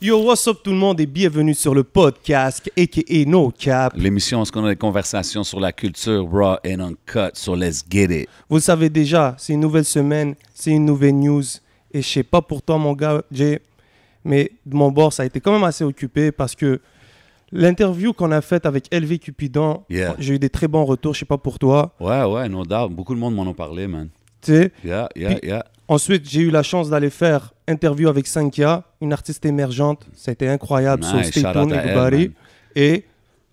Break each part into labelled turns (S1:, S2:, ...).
S1: Yo, what's up tout le monde et bienvenue sur le podcast aka No Cap.
S2: L'émission où on a des conversations sur la culture raw and uncut, so let's get it.
S1: Vous le savez déjà, c'est une nouvelle semaine, c'est une nouvelle news. Et je sais pas pour toi, mon gars, Jay, mais de mon bord, ça a été quand même assez occupé parce que l'interview qu'on a faite avec LV Cupidon,
S2: Yeah.
S1: j'ai eu des très bons retours, je sais pas pour toi.
S2: Ouais, ouais, no doubt. Beaucoup de monde m'en ont parlé, man.
S1: Tu sais,
S2: Yeah, yeah,
S1: Puis-
S2: yeah.
S1: Ensuite, j'ai eu la chance d'aller faire interview avec Sankia, une artiste émergente. Ça a été incroyable. so
S2: Nice,
S1: stay
S2: shout
S1: tuned,
S2: out à elle,
S1: everybody.
S2: man.
S1: Et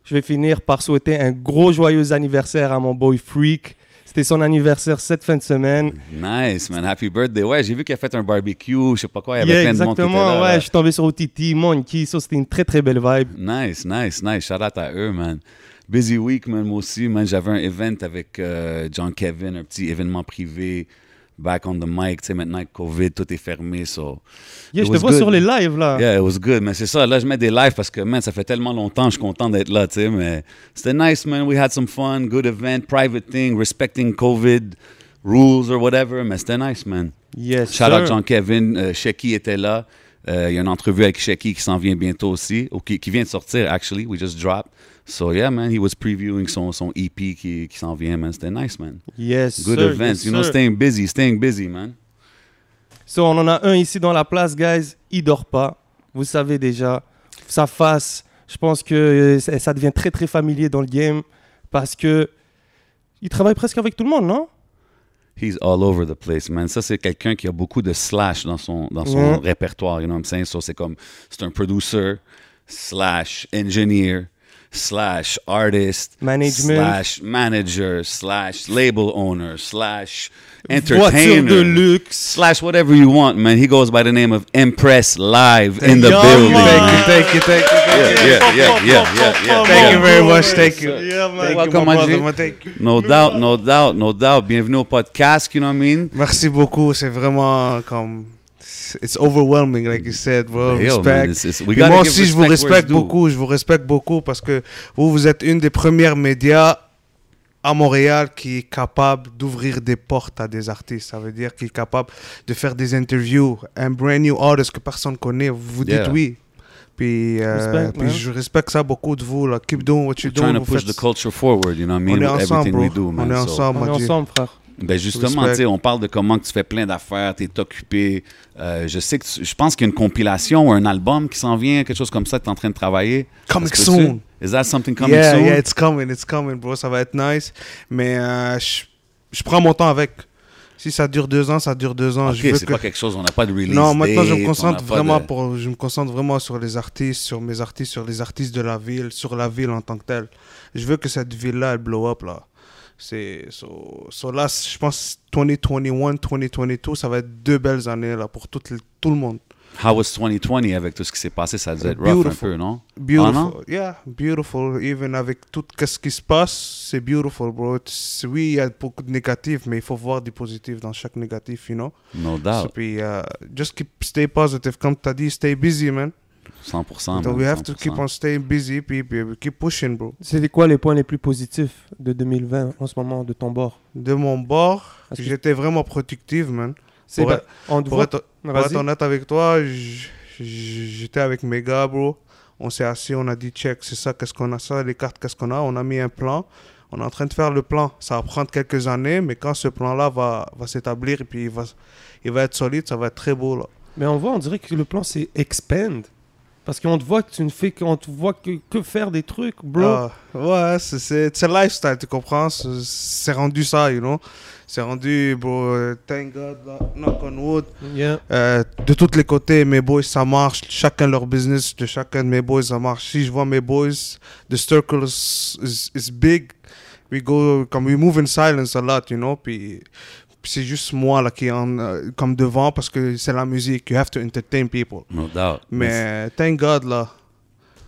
S1: je vais finir par souhaiter un gros joyeux anniversaire à mon boy Freak. C'était son anniversaire cette fin de semaine.
S2: Nice, man. Happy birthday. Ouais, j'ai vu qu'il a fait un barbecue, je sais pas quoi. Il y avait
S1: Yeah,
S2: Eh ben, plein de monde qui était
S1: exactement.
S2: là,
S1: ouais,
S2: là.
S1: je suis tombé sur OTT, Monkey. Ça, c'était une très très belle vibe.
S2: Nice, nice, nice. Shout out à eux, man. Busy week, man. Moi aussi, man. J'avais un event avec euh, John Kevin, un petit événement privé. Back on the mic, tu sais, maintenant que COVID, tout est fermé, so.
S1: Yeah, je
S2: It
S1: te
S2: was
S1: vois
S2: good.
S1: sur les lives là.
S2: Yeah, it was good, man. C'est ça, là, je mets des lives parce que, man, ça fait tellement longtemps, je suis content d'être là, tu sais, mais c'était nice, man. We had some fun, good event, private thing, respecting COVID rules or whatever, mais c'était nice, man.
S1: Yes,
S2: Shout out
S1: sir.
S2: John Kevin. Euh, Shecky était là. Euh, Il y a une entrevue avec Shecky qui s'en vient bientôt aussi, ou qui, qui vient de sortir, actually. We just dropped. So, yeah, man, he was previewing son, son EP qui, qui s'en vient, man. C'était nice, man.
S1: Yes,
S2: Good
S1: sir,
S2: events.
S1: yes,
S2: you know,
S1: sir.
S2: staying busy, staying busy, man.
S1: So, on en a un ici dans la place, guys. Il dort pas. Vous savez déjà. Sa face, je pense que euh, ça ça devient très très familier dans le game parce que il travaille presque avec tout le monde, non
S2: He's all over the place, man. Ça, c'est quelqu'un qui a beaucoup de slash dans son, dans son
S1: Yeah.
S2: répertoire, you know what I'm saying? So, c'est comme, c'est un producer, slash engineer, slash artist,
S1: Management.
S2: slash manager, slash label owner, slash
S1: Voiture de
S2: entertainer,
S1: luxe.
S2: slash whatever you want, man. He goes by the name of Impress Live in the
S1: Yeah,
S2: building.
S1: man.
S3: Thank you, thank you, thank you.
S2: Yeah, yeah, yeah, yeah, yeah, yeah.
S3: Thank you very much.
S1: Yeah,
S3: Thank you.
S1: yeah, man.
S3: Thank
S2: Welcome,
S3: you, my
S2: André.
S3: brother, man. Thank you.
S2: No doubt, no doubt, no doubt. Bienvenue au podcast, you know what I mean?
S3: Merci beaucoup. C'est vraiment comme. It's overwhelming, like you said, bro.
S2: Yo, man,
S3: respect.
S2: it's- it's- we
S3: Puis
S2: gotta
S3: moi
S2: give
S3: aussi, je vous
S2: respect where it's
S3: respecte
S2: due.
S3: beaucoup. Je vous respecte beaucoup parce que vous, vous êtes une des premières médias à Montréal qui est capable d'ouvrir des portes à des artistes. Ça veut dire qu'il est capable de faire des interviews. Un brand new artist que personne connaît. Vous vous dites
S2: Yeah.
S3: oui. Puis, euh,
S1: Respect,
S3: puis
S1: man.
S3: je respecte ça beaucoup de vous. Là. Keep doing what you
S2: We're
S3: doing.
S2: trying to
S3: Vous
S2: push
S3: faites-
S2: the culture forward, you know what I mean?
S3: on est
S2: with
S3: ensemble,
S2: everything
S3: bro.
S2: we do, man.
S3: on est
S2: So-
S3: ensemble,
S1: On est
S3: Mathieu.
S1: ensemble, frère.
S2: Ben justement,
S3: Respect.
S2: tu sais, on parle de comment que tu fais plein d'affaires, tu es occupé. Euh, je sais que tu- je pense qu'il y a une compilation ou un album qui s'en vient, quelque chose comme ça, que tu es en train de travailler.
S3: Coming
S2: Ça se
S3: soon.
S2: peut-tu? Is that something coming
S3: yeah,
S2: soon?
S3: yeah, it's coming, it's coming, bro. Ça va être nice. Mais euh, je je prends mon temps avec. Si ça dure deux ans, ça dure deux ans.
S2: ok,
S3: je veux
S2: c'est
S3: que...
S2: pas quelque chose, on n'a pas de release.
S3: non, maintenant je
S2: date,
S3: me
S2: on
S3: concentre
S2: n'a pas
S3: vraiment
S2: de-
S3: pour, je me concentre vraiment sur les artistes, sur mes artistes, sur les artistes de la ville, sur la ville en tant que telle. Je veux que cette ville-là elle blow up là. C'est so, so là, je pense 2021, 2022, ça va être deux belles années là pour tout, le- tout le monde.
S2: How was 2020 avec tout ce qui s'est passé? Ça devait être rough
S3: Beautiful.
S2: un peu, non? Ah,
S3: Beautiful,
S2: non?
S3: yeah, beautiful. Even avec tout ce qui se passe, c'est beautiful, bro. It's- Oui, il y a beaucoup de négatifs, mais il faut voir du positif dans chaque négatif, you know.
S2: No
S3: So,
S2: doubt,
S3: puis, euh, just keep stay positive, comme tu as dit, stay busy, man.
S2: 100%.
S3: so
S2: man,
S3: we have to keep
S2: 100%.
S3: on staying busy, puis, puis keep pushing, bro.
S1: C'était quoi les points les plus positifs de 2020 en ce moment de ton bord
S3: De mon bord,
S1: Parce que-
S3: j'étais vraiment productive, man.
S1: C'est
S3: Pour
S1: bah, on te
S3: Pour
S1: voit.
S3: être, pour
S1: Vas-y.
S3: être honnête avec toi, j- j- j'étais avec mes gars, bro. On s'est assis, on a dit check, c'est ça, qu'est-ce qu'on a, ça, les cartes, qu'est-ce qu'on a. On a mis un plan. On est en train de faire le plan. Ça va prendre quelques années, mais quand ce plan-là va, va s'établir et puis il va, il va être solide, ça va être très beau. Là.
S1: Mais on voit, on dirait que le plan c'est expand. Parce qu'on te voit que tu ne fais qu'on te voit que, que faire des trucs, bro.
S3: Ah, ouais, c'est- c'est c'est lifestyle, tu comprends? C'est- C'est rendu ça, you know? C'est rendu, bro, euh, thank God, là, knock on wood.
S1: Yeah.
S3: Euh, de tous les côtés, mes boys, ça marche. Chacun leur business, de chacun de mes boys, ça marche. Si je vois mes boys, the circle is, is, is big. We go, comme we move in silence a lot, you know. Puis, puis c'est juste moi là qui est en, euh, comme devant parce que c'est la musique. You have to entertain people.
S2: No doubt.
S3: Mais thank God là,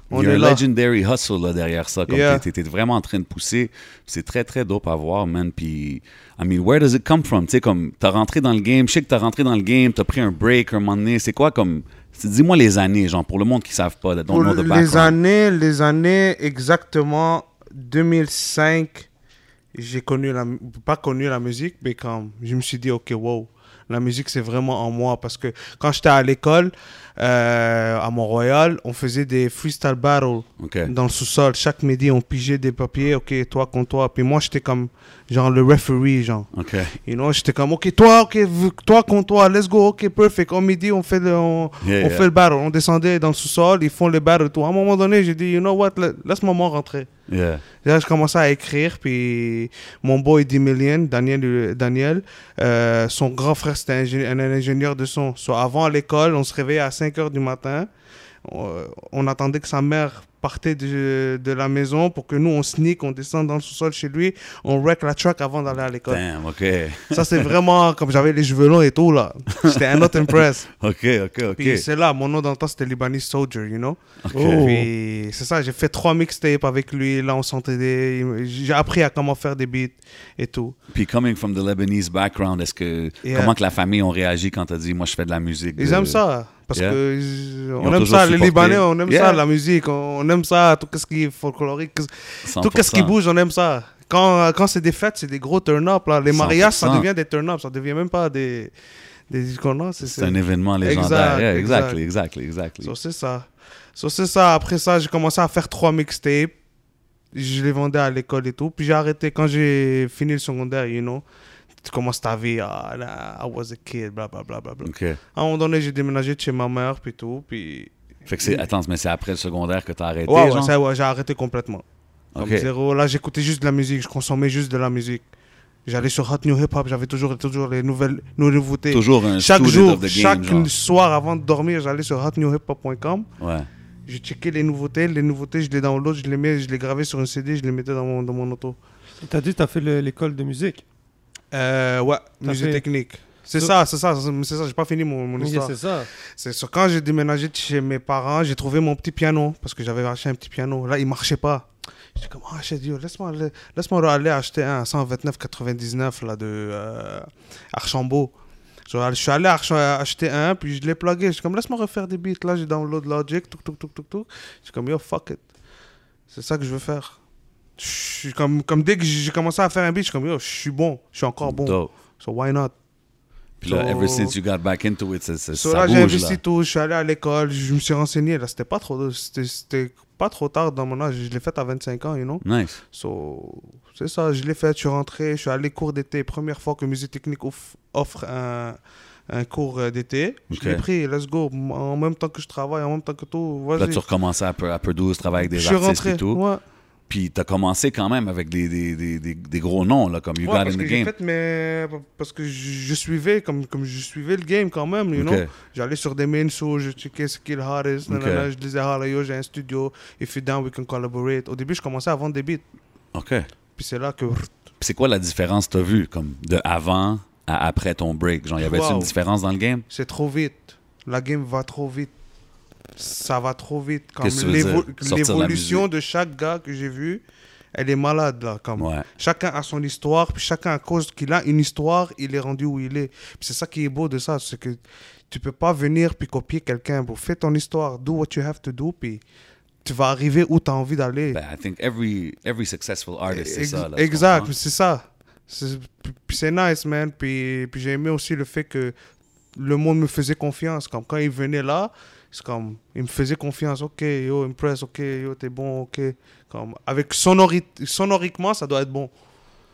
S3: on
S2: Il y a
S3: est
S2: un
S3: là.
S2: legendary hustle là, derrière ça. Comme
S3: Yeah.
S2: t'es, t'es vraiment en train de pousser. C'est très, très dope à voir, man. Puis, I mean, where does it come from? Tu sais, comme, t'as rentré dans le game. Je sais que t'as rentré dans le game, t'as pris un break un moment donné. C'est quoi comme. c'est- Dis-moi les années, genre, pour le monde qui savent pas, that don't
S3: Pour
S2: know the
S3: les
S2: background.
S3: années, les années exactement 2005, j'ai connu la, pas connu la musique, mais quand je me suis dit ok wow, La musique, c'est vraiment en moi. Parce que quand j'étais à l'école, euh, à Mont-Royal, on faisait des freestyle battles
S2: OK.
S3: dans le sous-sol. Chaque midi, on pigeait des papiers. OK, toi contre toi. Puis moi, j'étais comme, genre, le referee, genre.
S2: OK.
S3: Et non, j'étais comme, OK, toi, OK, v- toi contre toi. Let's go, OK, perfect. Au midi, on fait le, on,
S2: Yeah,
S3: on
S2: yeah.
S3: fait le battle. On descendait dans le sous-sol, ils font les battles et tout. À un moment donné, j'ai dit, you know what, la- laisse maman rentrer.
S2: Yeah.
S3: Là, je commençais à écrire, puis mon boy Dimilian, Daniel, euh, Daniel euh, son grand frère, c'était ingé- un, un ingénieur de son. Soit avant l'école, on se réveillait à 5 h du matin. On, euh, on attendait que sa mère partait de, de la maison pour que nous, on sneak, on descend dans le sous-sol chez lui, on wreck la truck avant d'aller à l'école.
S2: Damn, OK.
S3: Ça, c'est vraiment comme j'avais les cheveux longs et tout, là. J'étais not impressed.
S2: OK, OK, OK.
S3: Puis c'est là, mon nom d'antan, c'était Lebanese Soldier, you know?
S2: OK.
S1: Oh.
S3: Puis c'est ça, j'ai fait trois mixtapes avec lui. Là, on s'entendait. J'ai appris à comment faire des beats et tout.
S2: Puis coming from the Lebanese background, est-ce que
S3: Yeah.
S2: comment que la famille ont réagi quand t'as dit moi je fais de la musique
S3: Ils
S2: de-
S3: aiment ça. Parce
S2: Yeah.
S3: que ils- on
S2: ont
S3: aime
S2: toujours
S3: ça, les
S2: supporté.
S3: Libanais, on aime
S2: Yeah.
S3: ça, la musique, on on aime ça, tout ce qui est folklorique, tout
S2: 100%.
S3: ce qui bouge, on aime ça. Quand, quand c'est des fêtes, c'est des gros turn-up. là. Les mariages, ça
S2: 100%.
S3: devient des turn-up, ça devient même pas des. des qu'on a,
S2: C'est un événement légendaire.
S3: Exact,
S2: Yeah,
S3: exact.
S2: exactly, exactly, exactly.
S3: So, c'est ça. So, c'est ça. Après ça, j'ai commencé à faire trois mixtapes. Je les vendais à l'école et tout. Puis j'ai arrêté quand j'ai fini le secondaire, you know. Tu commences ta vie, ah, là, I was a kid, bla bla bla bla. bla.
S2: OK.
S3: À un moment donné, j'ai déménagé de chez ma mère, puis tout. Puis.
S2: Fait que c'est attends, mais c'est après le secondaire que t'as arrêté
S3: Ouais, ouais,
S2: genre?
S3: ça, ouais, j'ai arrêté complètement. Comme
S2: OK.
S3: zéro. Là, j'écoutais juste de la musique, je consommais juste de la musique. J'allais sur Hot New Hip Hop, j'avais toujours, toujours les nouvelles nos nouveautés.
S2: Toujours un
S3: Chaque
S2: student
S3: jour,
S2: of the game,
S3: chaque
S2: genre.
S3: soir avant de dormir, j'allais sur hotnewhiphop.com.
S2: Ouais.
S3: Je checkais les nouveautés, les nouveautés, je les download, je les mets, je les gravais sur un CD, je les mettais dans mon, dans mon auto.
S1: T'as dit, t'as fait le- l'école de musique.
S3: Euh, ouais, musée
S1: fait-
S3: technique. C'est
S1: So-
S3: ça, c'est ça, c'est c'est ça, j'ai pas fini mon, mon
S1: Oui,
S3: histoire.
S1: c'est ça.
S3: C'est sûr, quand j'ai déménagé de chez mes parents, j'ai trouvé mon petit piano, parce que j'avais acheté un petit piano. Là, il marchait pas. J'étais comme, ah, j'ai dit, yo, laisse-moi aller, laisse-moi aller acheter un à 129,99 là, de euh, Archambault. Je je suis allé arch- acheter un, puis je l'ai plugué. J'étais comme, laisse-moi refaire des beats. Là, j'ai download Logic, tout, tout, tout, tout, tout. J'étais comme, yo, fuck it. C'est ça que je veux faire. Je suis comme, comme dès que j'ai commencé à faire un beat, je suis comme, yo, je suis bon. Je suis encore Oh, bon.
S2: Dope.
S3: So, why not?
S2: Puis là,
S3: So-
S2: ever since you got back into it, c'est- c'est-
S3: So
S2: ça
S3: là, j'ai
S2: bouge
S3: investi
S2: là.
S3: tout, je suis allé à l'école, je me suis renseigné. Là, c'était pas trop, c'était, c'était pas trop tard dans mon âge. Je l'ai fait à 25 ans, you know.
S2: Nice.
S3: So, c'est ça, je l'ai fait. Je suis rentré, je suis allé cours d'été. Première fois que Musée Technique off- offre un, un cours euh, d'été.
S2: Ok.
S3: Je l'ai pris, let's go. En même temps que je travaille, en même temps que tout, vas-y.
S2: Là, tu recommençais à, peu, à Purdue, travailler avec
S3: je
S2: des
S3: suis
S2: artistes
S3: rentré.
S2: et tout.
S3: Ouais.
S2: Puis t'as commencé quand même avec des, des, des, des, des gros noms, là, comme You
S3: Ouais,
S2: Got
S3: parce
S2: in the
S3: que j'ai
S2: Game.
S3: fait mes- parce que je, je suivais comme comme je suivais le game quand même you
S2: Ok.
S3: know? j'allais sur des main shows je checkais ce qu'il hardest nanana, je disais ah là yo j'ai un studio if you're down we can collaborate au début je commençais à vendre des beats
S2: OK. Puis
S3: puis c'est là que
S2: c'est quoi la différence que t'as vue, comme de avant à après ton break? Genre, y avait-tu
S3: Wow.
S2: une différence dans le game?
S3: c'est trop vite la game va trop vite ça va trop vite comme
S2: Qu'est-ce que tu veux
S3: l'évo-
S2: dire? Sortir de la
S3: l'évolution
S2: musique.
S3: de chaque gars que j'ai vu elle est malade là comme
S2: Ouais.
S3: Chacun a son histoire, puis chacun à cause qu'il a une histoire, il est rendu où il est. Puis c'est ça qui est beau de ça, c'est que tu peux pas venir puis copier quelqu'un. Bon, fais ton histoire, do what you have to do, puis tu vas arriver où tu as envie d'aller.
S2: Ben, I think every, every successful artist, c'est
S3: Ex-
S2: ça. Là, tu
S3: exact,
S2: comprends?
S3: c'est ça. C'est- puis- puis c'est nice, man. Puis, puis j'ai aimé aussi le fait que le monde me faisait confiance. Comme quand il venait là, c'est comme, il me faisait confiance. Ok, yo, impress, ok, yo, t'es bon, ok. Comme, avec sonori- sonoriquement, ça doit être bon,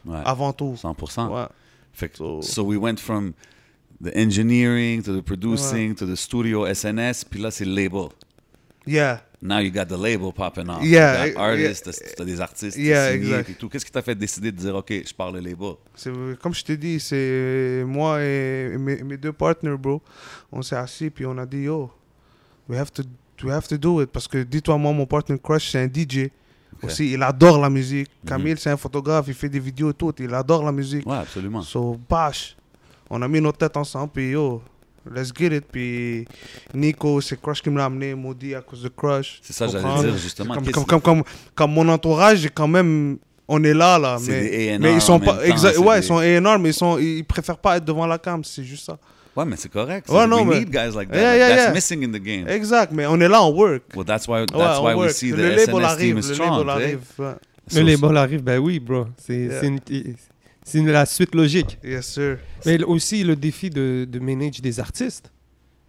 S2: Ouais,
S3: avant tout.
S2: 100%.
S3: Ouais.
S2: Fait que-
S3: So-
S2: so we went from the engineering to the producing to the studio SNS, puis là, c'est le label.
S3: Yeah.
S2: Now you got the label popping off.
S3: Yeah,
S2: you
S3: eh,
S2: got artists, t'as- t'as des artistes t'as
S3: Yeah,
S2: signés
S3: exact.
S2: et tout. Qu'est-ce qui t'a fait décider de dire, OK, je parle le label?
S3: C'est, comme je t'ai dit, c'est moi et mes, mes deux partners, bro. On s'est assis puis on a dit, yo, we have to, we have to do it. Parce que dis-toi, moi, mon partner Crush, c'est un DJ. Aussi, il adore la musique. Camille, c'est un photographe, il fait des vidéos et tout. Il adore la musique.
S2: Mhm. Ouais, absolument.
S3: So, bash. On a mis nos têtes ensemble, puis yo, let's get it. Puis Nico, c'est Crush qui me l'a amené, maudit à cause de Crush.
S2: C'est ça que j'allais
S3: Comprendre?
S2: dire, justement.
S3: Comme,
S2: Qu'est-ce
S3: comme,
S2: qui-
S3: comme, comme, comme mon entourage, j'ai quand même. On est là, là.
S2: C'est des
S3: Mais,
S2: A&R
S3: mais ils
S2: en
S3: sont
S2: même
S3: pas.
S2: temps,
S3: exa-
S2: c'est
S3: ouais,
S2: des-
S3: ils sont énormes, mais ils, sont, ils préfèrent pas être devant la cam, c'est juste ça.
S2: Ouais, mais c'est correct.
S3: Ouais,
S2: ça.
S3: non,
S2: we
S3: mais-
S2: need guys like that.
S3: Yeah,
S2: Like,
S3: yeah,
S2: that's
S3: yeah.
S2: missing in the game.
S3: Exact, mais on est là, on work.
S2: Well, that's why that's
S3: Ouais, on
S2: why we
S3: work.
S2: see the
S3: le label
S2: SNS
S3: arrive,
S2: team
S3: le
S2: is strong. eh? tu
S3: label
S2: sais.
S3: arrive. ouais.
S1: Mais
S2: So-
S1: les balles arrivent, ben oui, bro. C'est
S3: Yeah.
S1: c'est une- C'est une- la suite logique.
S3: Yes, sir.
S1: Mais aussi le défi de, de manager des artistes.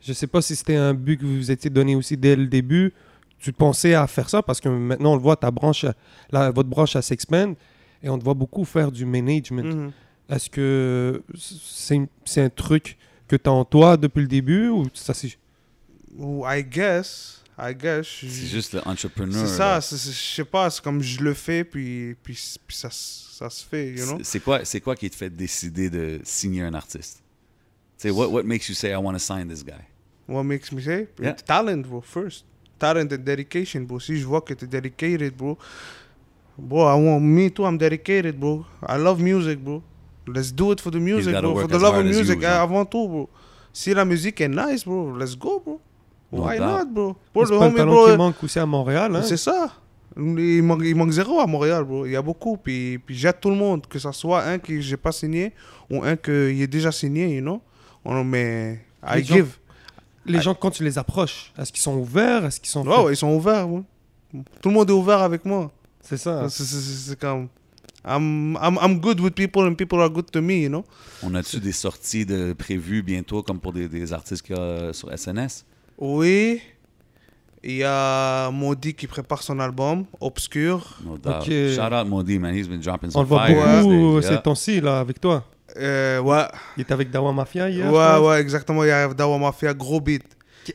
S1: Je sais pas si c'était un but que vous vous étiez donné aussi dès le début. Tu pensais à faire ça parce que maintenant on le voit, ta branche, la- votre branche, à s'expand et on te voit beaucoup faire du management.
S3: Mhm.
S1: Est-ce que c'est une- c'est un truc que tu as en toi depuis le début ou ça c'est
S3: Ou I guess, I guess. je-
S2: C'est juste l'entrepreneur.
S3: C'est ça, c'est- c'est- je sais pas, c'est comme je le fais, puis, puis, puis ça, s- ça se fait, you know?
S2: C'est- C'est quoi, c'est quoi qui te fait décider de signer un artiste? Tu sais, what, what makes you say, I want to sign this guy?
S3: What makes me say?
S2: Yeah.
S3: Talent, bro, first. Talent and dedication, bro. Si je vois que t'es dedicated, bro. Bro, I want, me too, I'm dedicated, bro. I love music, bro. Let's do it for the music,
S2: gotta
S3: bro. For
S2: work
S3: the
S2: as
S3: love of
S2: hard as you,
S3: music,
S2: genre.
S3: avant tout, bro. Si la musique est nice, bro, let's go, bro.
S2: No
S3: Why
S2: doubt.
S3: not, bro? Bro,
S1: c'est
S3: le
S1: pas le
S3: homie,
S1: talent qui
S3: bro, euh,
S1: manque aussi à Montréal hein?
S3: C'est ça. Il manque, il manque zéro à Montréal, bro. Il y a beaucoup. Puis, puis jette tout le monde, que ce soit un que j'ai pas signé ou un qui est déjà signé, you know. On, mais I
S1: Les gens-
S3: give.
S1: Les gens quand tu les approches, est-ce qu'ils sont ouverts, est-ce qu'ils sont
S3: Ouais, ouais, ils sont ouverts, bro. Tout le monde est ouvert avec moi.
S1: C'est ça.
S3: C'est- C'est c'est- c'est comme. I'm, I'm, I'm good with people and people are good to me, you know.
S2: On a-tu des sorties de prévues bientôt, comme pour des, des artistes qu'il y a euh, sur SNS?
S3: Oui. Il y a Maudit qui prépare son album, Obscur.
S2: No doubt.
S1: Ok.
S2: Shout out Maudie, man. He's been dropping
S1: On
S2: some
S1: le voit
S2: fire
S1: beaucoup
S2: these days,
S1: ces
S2: yeah.
S1: temps-ci là avec toi.
S3: Euh, ouais.
S1: Il était avec Dawa Mafia hier. je
S3: ouais,
S1: pense.
S3: ouais, exactement. Il arrive Dawa Mafia, gros beat.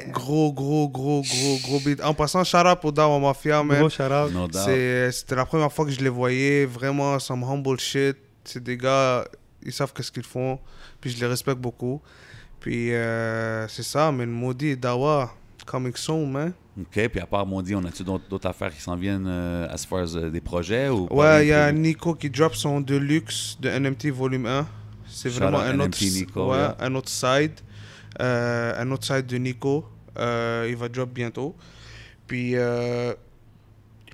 S3: Gros, gros, gros, gros, gros beat. En passant, shout out pour Dawa Mafia, man.
S1: Gros shout-out.
S2: No doubt.
S3: C'est- C'était la première fois que je les voyais. Vraiment, some humble shit. C'est des gars, ils savent qu'est-ce qu'ils font. Puis je les respecte beaucoup. Puis euh, c'est ça, mais le maudit et Dawa, coming soon, man.
S2: OK, puis à part Maudie, on a-tu d'autres d'autres affaires qui s'en viennent euh, as far as euh, des projets? Ou pas
S3: Ouais, il y
S2: rien
S3: a
S2: de
S3: Nico qui drop son Deluxe de NMT Volume 1. C'est
S2: Shout
S3: vraiment
S2: out
S3: un autre,
S2: NMT Nico,
S3: ouais,
S2: yeah.
S3: un autre side. Euh, un autre side de Nico. Euh, il va drop bientôt. Puis, euh,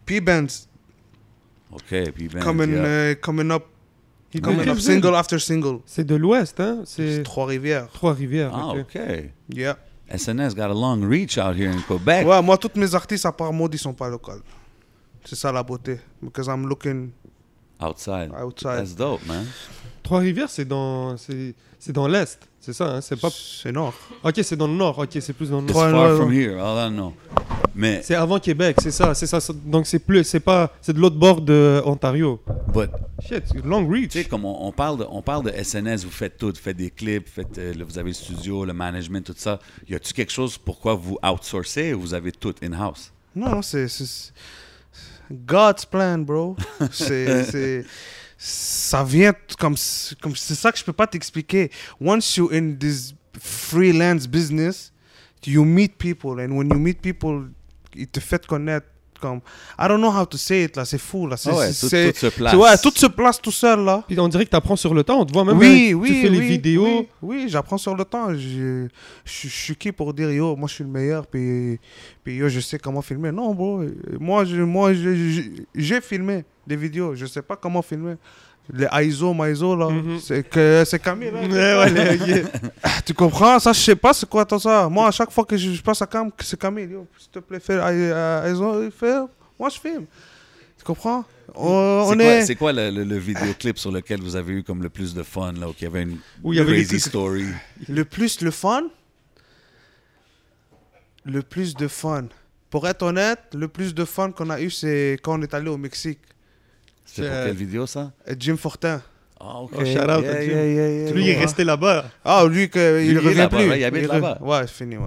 S3: P-Benz,
S2: prévu? OK, puis ben,
S3: coming,
S2: yeah.
S3: euh, coming up,
S1: Il
S3: coming
S1: était
S3: up
S1: cuisine.
S3: single after single.
S1: C'est de l'ouest hein,
S3: C'est
S1: c'est
S3: Trois-Rivières.
S1: Trois-Rivières.
S2: Ah,
S1: ok.
S2: OK.
S3: Yeah.
S2: SNS got a long reach out here in Quebec.
S3: Ouais, moi, toutes mes artistes, à part Maud, ils sont pas locales. C'est ça la beauté. Because I'm looking
S2: Outside.
S3: outside.
S2: That's dope, man.
S1: Trois-Rivières c'est dans c'est c'est dans l'est, c'est ça hein, c'est pas
S3: C'est nord.
S1: OK, c'est dans le nord. OK, c'est plus dans le
S2: It's
S1: nord.
S3: Trois-
S2: far
S3: ouais,
S2: from
S3: ouais.
S2: here, all I know. Mais,
S1: C'est avant Québec, c'est ça, c'est ça. c'est- Donc c'est plus c'est pas c'est de l'autre bord de Ontario.
S2: but,
S1: Shit, long reach.
S2: tu sais, comme on, on parle de, on parle de SNS, vous faites tout, vous faites des clips, vous, faites, euh, le- vous avez le studio, le management, tout ça. Y a-tu quelque chose pourquoi vous outsourcez ou vous avez tout in-house?
S3: Non, non, c'est. c'est- c'est- God's plan, bro. C'est. c'est- ça vient t- comme. s- comme- C'est ça que je peux pas t'expliquer. Once you're in this freelance business, you meet people. And when you meet people, ils te fait connaître. Comme, I don't know how to say it, là, c'est fou, là. C'est,
S2: Ah ouais,
S3: c'est-
S2: tout,
S3: c'est-
S2: tout se place.
S3: c'est- ouais, tout se place tout seul, là.
S1: Puis on dirait que tu apprends sur le temps. On te voit même
S3: oui,
S1: hein,
S3: oui,
S1: tu fais
S3: oui,
S1: les vidéos.
S3: Oui, oui, j'apprends sur le temps. Je, je- je suis qui pour dire yo, moi je suis le meilleur, puis, puis yo, je sais comment filmer. Non, bro, moi je, moi je- je- j'ai filmé des vidéos, je sais pas comment filmer. Les ISO, MISO, là,
S1: Mhm.
S3: c'est que c'est Camille. là.
S1: Ouais, ouais, les-
S3: ah, Tu comprends Ça, je sais pas c'est quoi tout ça. Moi, à chaque fois que je, je passe à Cam, que c'est Camille, yo, s'il te plaît, fais euh, ISO, fais, moi je filme. Tu comprends On,
S2: C'est
S3: on
S2: quoi,
S3: est.
S2: c'est quoi le, le- le vidéoclip sur lequel vous avez eu comme le plus de fun, là, où il y avait une
S1: Où il y avait les
S2: crazy
S1: trucs-
S2: story?
S3: Le plus le fun. Le plus de fun. Pour être honnête, le plus de fun qu'on a eu, c'est quand on est allé au Mexique.
S2: C'est pour
S1: Euh,
S2: quelle vidéo, ça?
S3: Euh, Jim Fortin.
S2: Ah, OK.
S1: Oh, shout out à
S2: Yeah,
S1: Jim.
S2: yeah, yeah, yeah.
S1: Lui il est resté là-bas.
S3: Ah, lui, que, il
S2: il est
S3: revient
S2: là-bas,
S3: plus.
S2: ouais, il habite
S3: re-
S2: là-bas.
S3: Ouais, c'est fini, ouais.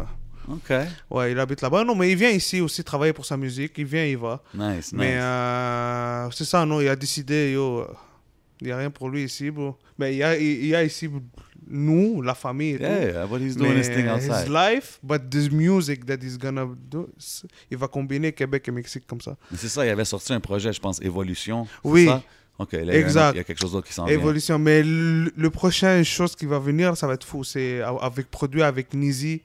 S2: OK.
S3: Ouais, il habite là-bas. Non, mais il vient ici aussi travailler pour sa musique. Il vient, il va.
S2: Nice, nice.
S3: Mais euh, c'est ça, non, il a décidé, yo, il n'y a rien pour lui ici, bro. Mais il y a, il y a ici nous, la famille et tout.
S2: yeah, but he's doing
S3: Mais
S2: his thing outside.
S3: His life, but this music that he's gonna do, s- il va combiner Québec et Mexique comme ça.
S2: Mais C'est ça, il avait sorti un projet, je pense, Évolution. c'est
S3: Oui.
S2: ça? OK, là, il y a un
S3: Exact.
S2: autre- Il y a quelque chose d'autre qui s'en vient.
S3: Évolution. Mais le, le prochain chose qui va venir, ça va être fou. C'est a- avec produit avec Nizi.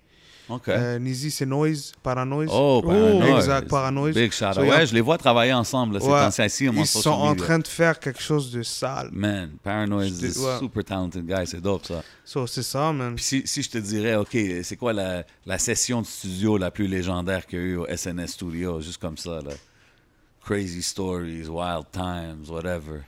S2: OK.
S3: Euh, Nizi, c'est Noise, Paranoise.
S2: oh, Paranoid.
S3: Exact, Paranoid.
S2: Big shout out.
S3: So,
S2: ouais,
S3: yeah.
S2: je les vois travailler ensemble, là, ces
S3: Ouais.
S2: temps-ci, assis, mon
S3: Ils
S2: social
S3: sont en
S2: media.
S3: train de faire quelque chose de sale.
S2: Man, Paranoid
S3: Je
S2: is
S3: dis- ouais.
S2: a super talented guy, c'est dope, ça.
S3: So, c'est ça, man.
S2: Puis si, si je te dirais, OK, c'est quoi la, la session de studio la plus légendaire qu'il y a eu au SNS Studio, juste comme ça, là? Crazy stories, wild times, whatever.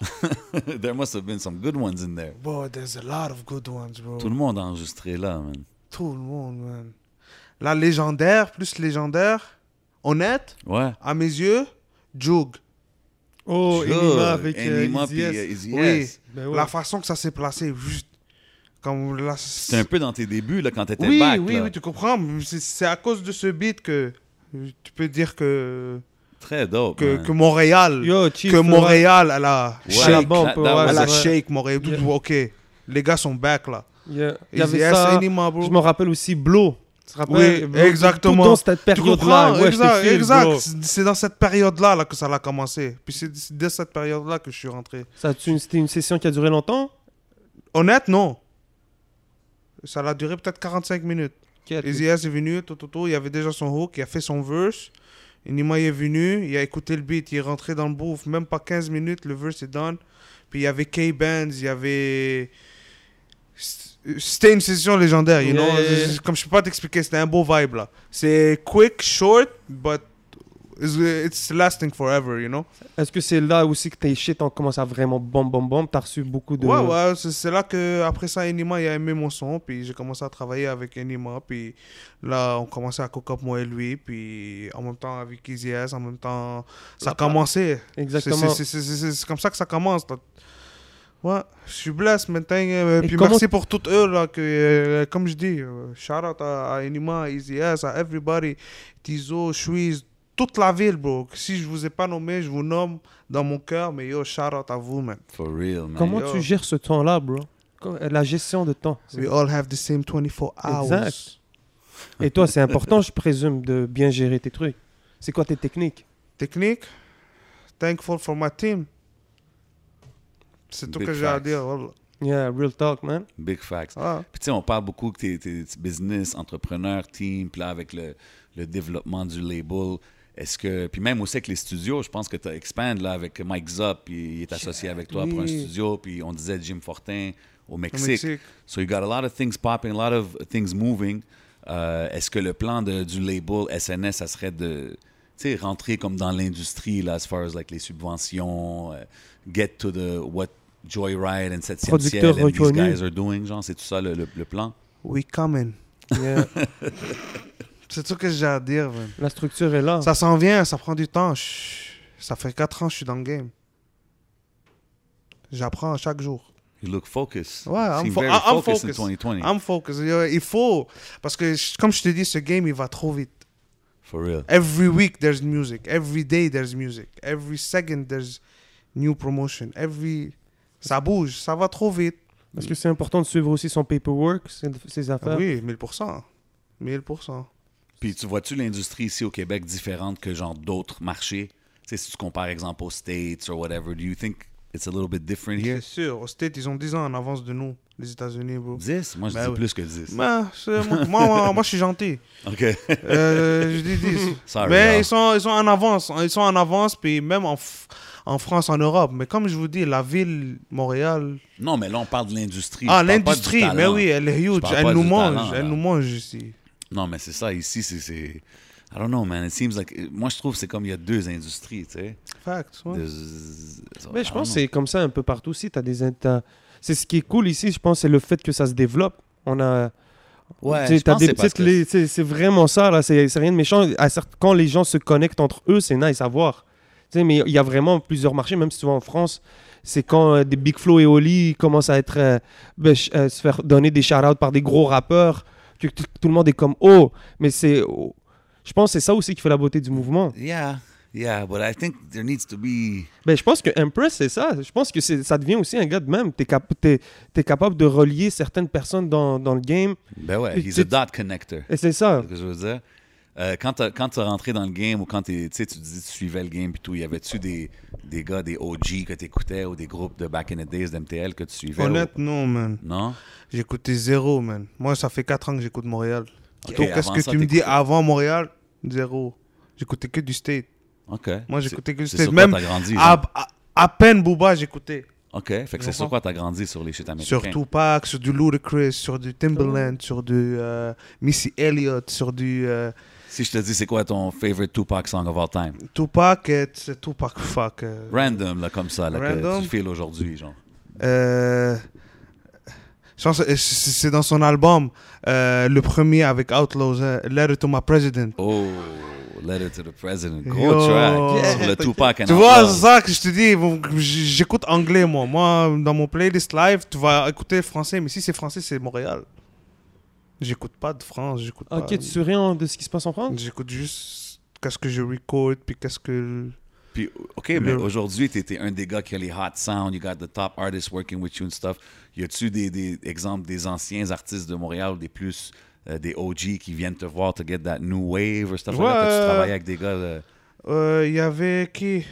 S2: there must have been some good ones in there.
S3: Bro, there's a lot of good ones, bro.
S2: Tout le monde a enregistré là, man.
S3: Tout le monde, man. La légendaire, plus légendaire, honnête,
S2: Ouais.
S3: à mes yeux, Jug.
S1: Oh,
S2: Sure.
S1: Enigma avec euh,
S2: Enigma
S1: Easy
S2: puis,
S1: S.
S2: euh, Easy
S3: Oui.
S2: S.
S1: Ben ouais.
S3: La façon que ça s'est placé, juste comme la...
S2: C'était un peu dans tes débuts, là, quand t'étais
S3: oui,
S2: back.
S3: oui,
S2: là.
S3: oui, tu comprends. mais C'est c'est à cause de ce beat que euh, tu peux dire que
S2: Très dope.
S3: que,
S2: man.
S3: que Montréal,
S1: Yo, Chief,
S3: que
S1: ouais.
S3: Montréal, elle a
S2: Ouais.
S1: À la
S3: shake,
S1: bombe,
S2: That- that
S1: ouais,
S2: was
S3: elle a
S1: ouais.
S3: shake Montréal.
S1: Yeah.
S3: Ok, les gars sont back là.
S1: Yeah. Il y
S3: Easy
S1: avait
S3: S,
S1: ça.
S3: Enigma, bro.
S1: Je me rappelle aussi Blow. Tu te
S3: Oui,
S1: rappelles Blow,
S3: exactement.
S1: Tout dans cette
S3: Tu
S1: période-là.
S3: comprends
S1: Ouais, je te
S3: Exact,
S1: file,
S3: exact.
S1: bro.
S3: C'est- C'est dans cette période là, là que ça a commencé. Puis c'est c'est dès cette période là que je suis rentré.
S1: Ça, tu- C'était une session qui a duré longtemps
S3: Honnête, non. Ça a duré peut-être 45 minutes. Easy S est venu, tout, tout, tout, il avait déjà son hook, il a fait son verse. Enima est venu, il a écouté le beat, il est rentré dans le booth, même pas 15 minutes, le verse est done. Puis il y avait K-Bands, il y avait. C'était une session légendaire, you
S1: Yeah,
S3: know.
S1: yeah, yeah.
S3: Comme je peux pas t'expliquer, c'était un beau vibe là. C'est quick, short, but it's, it's lasting forever, you know.
S1: Est-ce que c'est là aussi que tes shit ont commencé à vraiment bomb bomb bomb T'as reçu beaucoup de.
S3: Ouais, ouais, c'est c'est là que après ça, Enima il a aimé mon son, puis j'ai commencé à travailler avec Enima, puis là on commençait à cook up moi et lui, puis en même temps avec Easy S, en même temps ça a commencé.
S1: Exactement.
S3: C'est- C'est c'est- c'est- c'est comme ça que ça commence. là. Ouais, je suis blessé maintenant. euh,
S1: Et
S3: puis
S1: comment-
S3: merci pour toutes eux là que euh, comme je dis, euh, shout out à, à Enima, à Easy S, à everybody, Tizo, Shuiz. Toute la ville, bro. Si je vous ai pas nommé, je vous nomme dans mon cœur, mais yo, shout out à vous, man.
S2: For real, man.
S1: Comment
S3: Yo.
S1: tu gères ce temps-là, bro Qu- La gestion de temps. c'est-
S3: We all have the same 24 hours.
S1: Exact. Et toi, c'est important, je présume, de bien gérer tes trucs. C'est quoi tes techniques
S3: Technique, thankful for my team. C'est tout
S2: Big
S3: que j'ai à
S2: facts.
S3: dire. wallah.
S1: Yeah, real talk, man.
S2: Big facts.
S3: Ah,
S2: Puis tu sais, on parle beaucoup que t'es es, business, entrepreneur, team, puis là, avec le, le développement du label, est-ce que... Puis même aussi avec les studios, je pense que tu expandes là avec Mike Zop, puis il est associé avec toi pour un
S3: oui.
S2: studio, puis on disait Jim Fortin au
S3: au
S2: Mexique.
S3: Mexique.
S2: So you got a lot of things popping, a lot of things moving. Euh, est-ce que le plan de- du label SNS, ça serait de tu sais, rentrer comme dans l'industrie, là, as far as like, les subventions, euh, get to the what Joyride and 7 e ciel
S1: Producteur
S2: and these
S1: reconnu.
S2: guys are doing, genre, c'est tout ça le, le- le plan?
S3: We coming.
S1: Yeah.
S3: C'est tout que j'ai à dire. man.
S1: La structure est là.
S3: Ça s'en vient, ça prend du temps. Chut. Ça fait 4 ans que je suis dans le game. J'apprends à chaque jour.
S2: You look focused.
S3: Ouais, I'm
S2: Seem
S3: fo-
S2: very
S3: I- I'm
S2: focused in
S3: focused.
S2: 2020.
S3: I'm focused. Yo, Il faut. Parce que, je- comme je te dis, ce game, il va trop vite.
S2: For real.
S3: Every week there's music. Every day there's music. Every second there's new promotion. Every ça bouge, ça va trop vite.
S1: Parce que c'est important de suivre aussi son paperwork, ses, ses
S2: Ah
S1: affaires.
S3: Ah Oui, 1000%. 1000%.
S2: Puis tu vois-tu l'industrie ici au Québec différente que genre d'autres marchés? Tu sais, si tu compares, exemple, aux States or whatever, do you think it's a little bit different
S3: C'est
S2: here?
S3: sûr, aux States, ils ont 10 ans en avance de nous, les États-Unis, bro.
S2: 10? Moi, je
S3: Ben
S2: dis
S3: ouais.
S2: plus que 10.
S3: Mais c'est- moi, moi, moi, je suis gentil.
S2: OK.
S3: Euh, je dis 10.
S2: Sorry,
S3: Mais
S2: y'all.
S3: ils sont, ils sont en avance. Ils sont en avance, puis même en, F- en France, en Europe. Mais comme je vous dis, la ville, Montréal.
S2: Non, mais là, on parle de l'industrie.
S3: Ah,
S2: Je parle pas du
S3: l'industrie,
S2: talent.
S3: mais oui, elle est
S2: Je
S3: huge.
S2: parle pas
S3: Elle nous
S2: du
S3: mange.
S2: talent,
S3: elle
S2: là.
S3: nous mange ici.
S2: Non, mais c'est ça. Ici, c'est- c'est. I don't know, man. It seems like. Moi, je trouve que c'est comme il y a deux industries, tu sais.
S3: Fact, ouais.
S2: There's-
S1: Mais
S2: I
S1: je pense
S2: don't know.
S1: que c'est comme ça un peu partout aussi. T'as des in- t'as- C'est ce qui est cool ici, je pense, c'est le fait que ça se développe. On a.
S2: Ouais,
S1: Tu sais,
S2: je
S1: t'as
S2: pense
S1: des
S2: que c'est parce
S1: petites
S2: que-
S1: les- c'est c'est vraiment ça là, c'est c'est rien de méchant. À cert- Quand les gens se connectent entre eux, c'est nice à voir. Tu sais, mais il y a vraiment plusieurs marchés, même si tu vas en France, c'est quand euh, des Big Flow et Oli commencent à être euh, ben, ch- euh, se faire donner des shout-outs par des gros rappeurs, que tout, tout le monde est comme oh, mais c'est oh. je pense que c'est ça aussi qui fait la beauté du mouvement.
S2: Yeah, yeah, but I think there needs to be.
S1: Ben, je pense que Impress, c'est ça. Je pense que c'est- ça devient aussi un gars de même. Tu es, capable de relier certaines personnes dans, dans le game.
S2: Ben ouais,
S1: Et
S2: he's
S1: tu-
S2: a dot connector.
S1: Et c'est ça.
S2: C'est ce que je veux dire. Euh, quand t'as- quand tu rentré dans le game ou quand t'es- tu sais, tu dis que tu suivais le game et tout, y avait-tu des, des gars, des OG que t'écoutais ou des groupes de Back in the Days d'MTL que tu suivais? ou-
S3: Honnête, non, man.
S2: Non?
S3: J'écoutais zéro, man. Moi, ça fait 4 ans que j'écoute Montréal.
S2: Ok,
S3: Donc, qu'est-ce
S2: avant
S3: que
S2: ça,
S3: tu me dis
S2: t'écoutais.
S3: avant Montréal Zéro. J'écoutais que du state.
S2: OK.
S3: Moi,
S2: C'est-
S3: j'écoutais que du
S2: c'est
S3: state.
S2: sur quoi
S3: Même
S2: t'as grandi,
S3: à,
S2: genre?
S3: à, à peine Booba, j'écoutais.
S2: OK. Fait que c'est sur
S3: comprends?
S2: quoi t'as grandi sur les shit américains?
S3: Sur Tupac, sur du Ludacris, sur du Timberland, sur du euh, Missy Elliott, sur du euh,
S2: Si je te dis c'est quoi ton favorite Tupac song of all time?
S3: Tupac, euh, c'est Tupac, fuck. euh,
S2: Random, là, comme ça, là, que
S3: Random.
S2: tu files aujourd'hui, genre.
S3: Euh, je pense que c'est- c'est dans son album, euh, le premier avec Outlaws, euh, Letter to My President.
S2: Oh, Letter to the President. Gros
S3: Yo.
S2: track sur le Tupac and
S3: Tu vois,
S2: Outlaw.
S3: c'est ça que je te dis. vous- j- J'écoute anglais, moi. Moi, dans mon playlist live, tu vas écouter français, mais si c'est français, c'est Montréal. J'écoute pas de France, j'écoute
S1: Ah, Ok,
S3: pas.
S1: tu sais rien de ce qui se passe en France
S3: J'écoute juste qu'est-ce que je record, puis qu'est-ce que.
S2: Puis, OK, mais
S3: Le-
S2: aujourd'hui, tu étais un des gars qui a les hot sound, you got the top artists working with you and stuff. Y a-tu des, des exemples des anciens artistes de Montréal, des plus, euh, des OG qui viennent te voir to get that new wave or stuff like that?
S3: Ouais.
S2: T'as-tu travaillé avec des gars? euh,
S3: Euh, Il y avait qui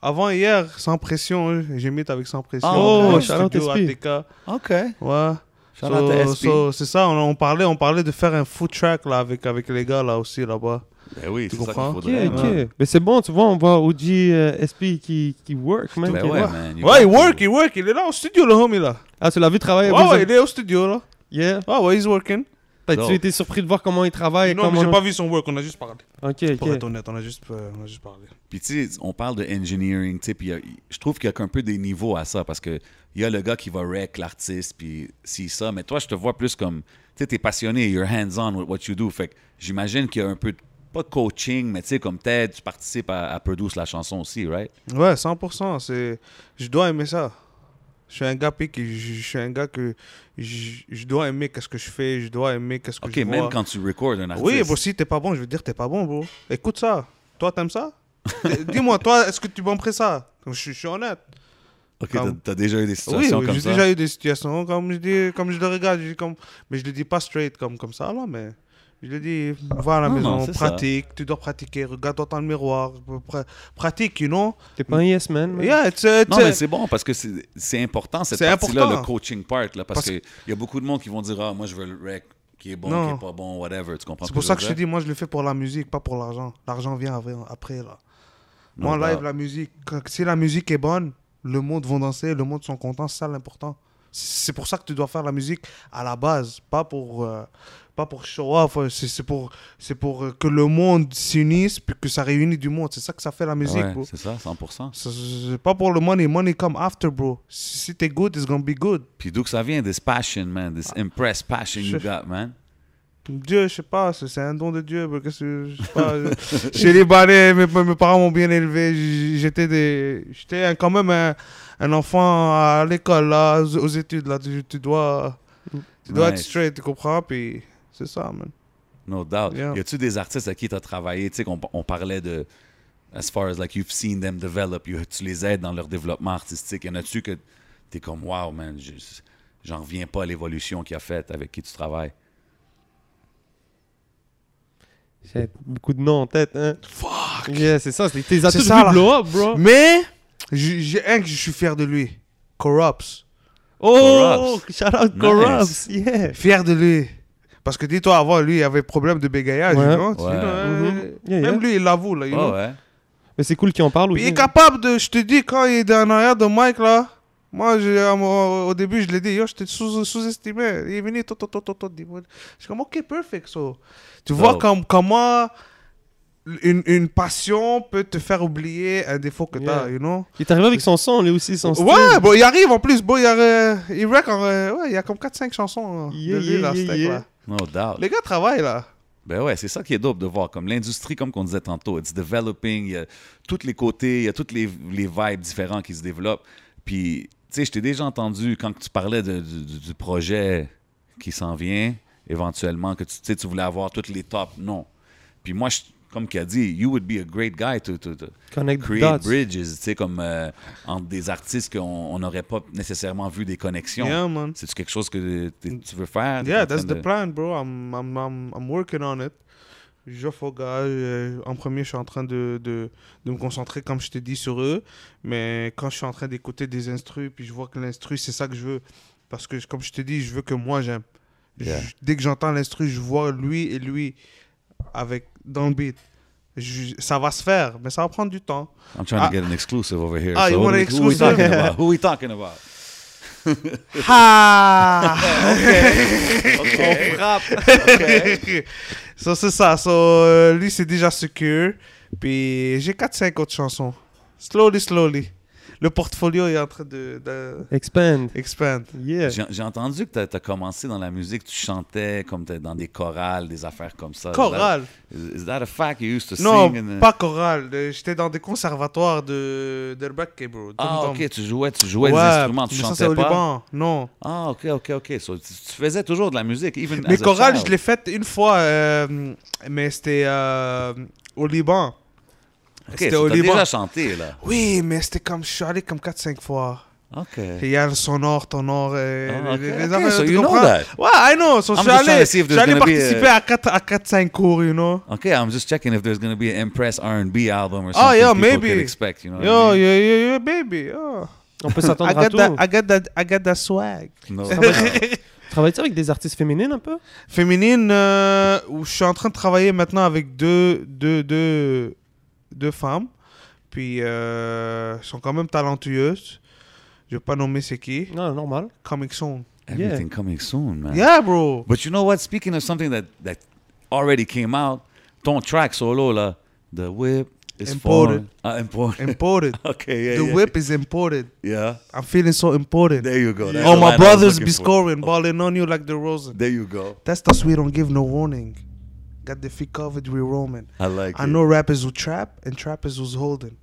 S3: Avant hier, sans pression, hein, j'imite avec sans pression.
S2: Oh,
S3: Au
S1: shout out
S3: studio
S1: SP.
S3: ATK.
S2: OK.
S3: Ouais.
S2: Shout out to
S3: So-
S2: SP.
S3: so, c'est ça, on, on parlait, on parlait de faire un food track là, avec, avec les gars là aussi là-bas.
S2: Ben oui,
S3: Tu
S2: c'est ça qu'il
S3: comprends?
S1: Ok,
S2: faudrait.
S1: ok.
S2: man.
S1: Mais c'est bon, tu vois, on voit OG euh, SP qui, qui work, man.
S2: Ben
S1: qui
S2: ouais,
S1: work.
S2: man. you
S3: Ouais, il
S2: got to-
S3: work, il work, il est là au studio le homie là.
S1: Ah, tu l'as vu travailler
S3: Ouais,
S1: avec
S3: ouais,
S1: les-
S3: il est au studio là.
S1: Yeah.
S3: Ouais, ouais, he's working.
S2: Non.
S1: T'as-tu été surpris de voir comment il travaille et
S3: non, mais
S1: comment...
S3: j'ai pas vu son work, on a juste parlé.
S1: Ok,
S3: Pour
S1: ok.
S3: être honnête, on a juste, euh, on a juste parlé.
S2: Puis tu sais, on parle de engineering, tu sais, puis il y a- je trouve qu'il y a un peu des niveaux à ça parce que il y a le gars qui va rec l'artiste puis si ça, mais toi je te vois plus comme tu sais t'es passionné, you're hands on with what you do. Fait que j'imagine qu'il y a un peu de- pas de coaching, mais tu sais comme t'aides, tu participes à, à produire la chanson aussi, right?
S3: Ouais, 100%, c'est... Je dois aimer ça. Je suis un gars piqué, je, je suis un gars que je, je dois aimer qu'est-ce que je fais, je dois aimer qu'est-ce que
S2: OK,
S3: je
S2: même
S3: vois.
S2: quand tu recordes un artiste.
S3: Oui, bro, si t'es pas bon, je veux dire t'es pas bon, bro. Écoute ça. Toi, t'aimes ça D- Dis-moi, toi, est-ce que tu bomberais ça je, suis- je suis honnête.
S2: OK, t'as- t'as déjà eu des
S3: Oui,
S2: situations comme
S3: j'ai
S2: ça.
S3: déjà eu des situations comme je, dis, comme je le regarde, je dis comme, mais je le dis pas straight comme, comme ça, là, mais je le dis, va à la
S2: Non,
S3: maison,
S2: non, c'est ça.
S3: pratique, tu dois pratiquer, regarde-toi dans le miroir, pra- pratique, you know
S1: T'es pas un yes man. man.
S3: Yeah, it's a- it's
S2: Non,
S3: a-
S2: mais c'est bon parce que c'est c'est important cette
S3: C'est
S2: partie-là,
S3: important.
S2: le coaching part, là, parce,
S3: Parce-
S2: qu'il y a beaucoup de monde qui vont dire Ah, moi je veux le rec qui est bon,
S3: Non.
S2: qui est pas bon, whatever. Tu comprends
S3: c'est
S2: ce
S3: pour ça
S2: veux
S3: que je
S2: dire?
S3: te dis, moi, je le fais pour la musique, pas pour l'argent. L'argent vient après, après là.
S2: No
S3: moi, live,
S2: doubt.
S3: la musique, quand- si la musique est bonne, le monde va danser, le monde sont contents, c'est ça l'important. C'est pour ça que tu dois faire la musique à la base, pas pour, euh, pas pour show off, euh, c'est c'est pour, c'est pour euh, que le monde s'unisse, puis que ça réunit du monde. C'est ça que ça fait la musique,
S2: Ouais,
S3: bro.
S2: c'est ça, 100%.
S3: C'est- C'est pas pour le money, money come after, bro. Si si t'es good, it's gonna be good.
S2: Puis d'où que ça vient, this passion, man, this
S3: Ah.
S2: impressed passion you got, man.
S3: Dieu, je sais pas, c'est c'est un don de Dieu. parce que c'est- je sais pas, je- Chez les Libanais, mes, mes parents m'ont bien élevé. j- J'étais des, j'étais un- quand même un, un enfant à l'école, là, aux aux études. Là, tu, tu dois, tu dois être
S2: Nice.
S3: straight, tu comprends? Puis c'est ça, man.
S2: No doubt.
S3: Yeah.
S2: Y a-tu des artistes à qui t'as travaillé, tu sais, qu'on on parlait de, as far as like you've seen them develop, you- tu les aides dans leur développement artistique. Y en a-tu que t'es comme, wow, man, je- j'en reviens pas à l'évolution qu'il a faite avec qui tu travailles?
S1: J'ai beaucoup de noms en tête, hein. Fuck. Yeah, c'est ça, c'est tes atouts
S3: ça,
S1: de
S3: là.
S1: blow up, bro.
S3: Mais j'ai j'ai un que je suis fier de lui, Corrupt.
S1: Oh, shout out
S2: Nice.
S1: Corrupts, yeah.
S3: Fier de lui. Parce que dis-toi, avant, lui, il avait problème de bégayage.
S1: Ouais.
S3: you know, tu
S2: Ouais.
S3: dis, euh,
S1: Mhm. Yeah,
S3: Même
S1: yeah.
S3: lui, il l'avoue, là. you know.
S2: Oh, ouais.
S1: Mais c'est cool qu'il en parle
S3: Puis
S1: aussi.
S3: il est capable de, je te dis, quand il est en arrière de Mike là, moi j'ai- euh, moi, au début je l'ai dit, yo, je t'ai sous- sous-estimé. il est venu, tout, tout, tout, tout, tout. dis-moi. Je suis comme, ok, perfect. So. Tu vois
S2: Oh.
S3: comme, comment une, une passion peut te faire oublier un défaut que t'as,
S1: Yeah.
S3: you know?
S1: Il est arrivé avec son son, lui aussi, son style.
S3: Ouais, bon, il arrive en plus, bon, il, y a, euh, il rec en, euh, ouais, il y a comme 4-5 chansons euh,
S1: Yeah,
S3: de lui
S1: yeah,
S3: là,
S1: yeah,
S3: Stack,
S1: yeah.
S3: là.
S2: No doubt.
S3: Les gars travaillent là.
S2: Ben ouais, c'est ça qui est dope de voir. Comme l'industrie, comme qu'on disait tantôt, it's developing. Il y a tous les côtés, il y a tous les, les vibes différents qui se développent. Puis, tu sais, je t'ai déjà entendu quand tu parlais de- du, du- du projet qui s'en vient, éventuellement, que tu tu sais, tu voulais avoir toutes les tops. Non. Puis moi, je- comme qu'il a dit, you would be a great guy to, to- to-
S1: Connect the
S2: create
S1: dots.
S2: bridges, tu sais, comme euh, entre des artistes qu'on on n'aurait pas nécessairement vu des connexions.
S3: Yeah, man.
S2: C'est-tu quelque chose que t'es- tu veux faire? T'es en
S3: Yeah,
S2: train
S3: that's the
S2: de-
S3: plan, bro. I'm, I'm, I'm, I'm working on it. J'offre aux gars. euh, en premier, je suis en train de, de, de me concentrer, comme je t'ai dit, sur eux. Mais quand je suis en train d'écouter des instrus, puis je vois que l'instru, c'est ça que je veux. Parce que, comme je t'ai dit, je veux que moi, j'aime. Je-
S2: Yeah.
S3: Dès que j'entends l'instru, je vois lui et lui avec, dans le beat. Je- ça va se faire, mais ça va prendre du temps.
S2: I'm trying
S3: Ah.
S2: to get an exclusive over here.
S3: Ah, you
S2: what
S3: want
S2: are
S3: an
S2: we- Who are we
S3: exclusive?
S2: talking about? Who we talking about?
S3: Ha!
S1: On frappe.
S3: so, c'est ça. So, euh, lui, c'est déjà secure. Puis j'ai 4-5 autres chansons. Slowly, slowly. Le portfolio est en train de, de
S1: Expand.
S3: expand.
S2: Euh,
S1: Yeah.
S2: J'ai j'ai entendu que tu as, commencé dans la musique, tu chantais comme t'es dans des chorales, des affaires comme ça. Is that-
S3: Chorale.
S2: Is, is that a fact you used to
S3: Non,
S2: sing? in the-
S3: pas chorale. Euh, J'étais dans des conservatoires de d'Elbeke, bro.
S2: Ah,
S3: Dum-dum.
S2: ok, tu jouais, tu jouais des
S3: Ouais,
S2: instruments, tu
S3: mais ça,
S2: chantais
S3: c'est au
S2: pas.
S3: Liban. Non.
S2: Ah, ok, ok, ok. So, tu, tu faisais toujours de la musique, even
S3: Mais
S2: as a
S3: chorale,
S2: child.
S3: je l'ai faite une fois, euh, mais c'était euh, au Liban.
S2: Ok,
S3: C'était
S2: so
S3: au
S2: t'as
S3: Liban.
S2: déjà chanté, là.
S3: Oui, mais c'était comme. Je suis allé comme 4-5 fois.
S2: Ok.
S3: Et Il y a le sonore, ton or. euh,
S2: Ah, ok,
S3: les- les
S2: ok,
S3: affaires,
S2: so
S3: tu
S2: you know
S3: comprends?
S2: that.
S3: Ouais, I know. So, je
S2: I'm
S3: suis
S2: just trying
S3: allé,
S2: to see if
S3: je suis
S2: there's
S3: allé
S2: gonna be
S3: participer à 4-5 à 4-5 cours, you know.
S2: Ok, I'm just checking if there's going to be an Impress R&B album or
S3: Oh,
S2: something
S3: yeah,
S2: people
S3: maybe.
S2: could expect, you know what
S3: Yo, yo,
S2: I mean?
S3: yo, yo, baby. oh.
S1: On peut
S3: I,
S1: s'attendre à
S3: got
S1: tout.
S3: that, I, got that, I got that swag.
S2: No.
S1: Travailles-tu avec des artistes féminines un peu
S3: Féminine, euh, où je suis en train de travailler maintenant avec deux, deux, deux, deux femmes. Puis, euh, elles sont quand même talentueuses. Je vais pas nommer c'est qui.
S1: Non, normal.
S3: Comic Song.
S2: Everything coming soon, man.
S3: Yeah, bro.
S2: But you know what? Speaking of something that, that already came out, ton track solo, là, The Whip is
S3: Imported.
S2: falling. Ah, imported.
S3: Imported.
S2: Okay, yeah,
S3: The
S2: yeah.
S3: whip is imported.
S2: Yeah,
S3: I'm feeling so important.
S2: there you go. That's
S3: Oh,
S2: the
S3: my
S2: line I was
S3: brothers
S2: looking
S3: be
S2: for.
S3: scoring, balling on you like the Rosen.
S2: There you go.
S3: That's the we don't give no warning. Got the feet covered, we roaming.
S2: I like
S3: I
S2: it.
S3: know rappers who trap and trappers who's holding.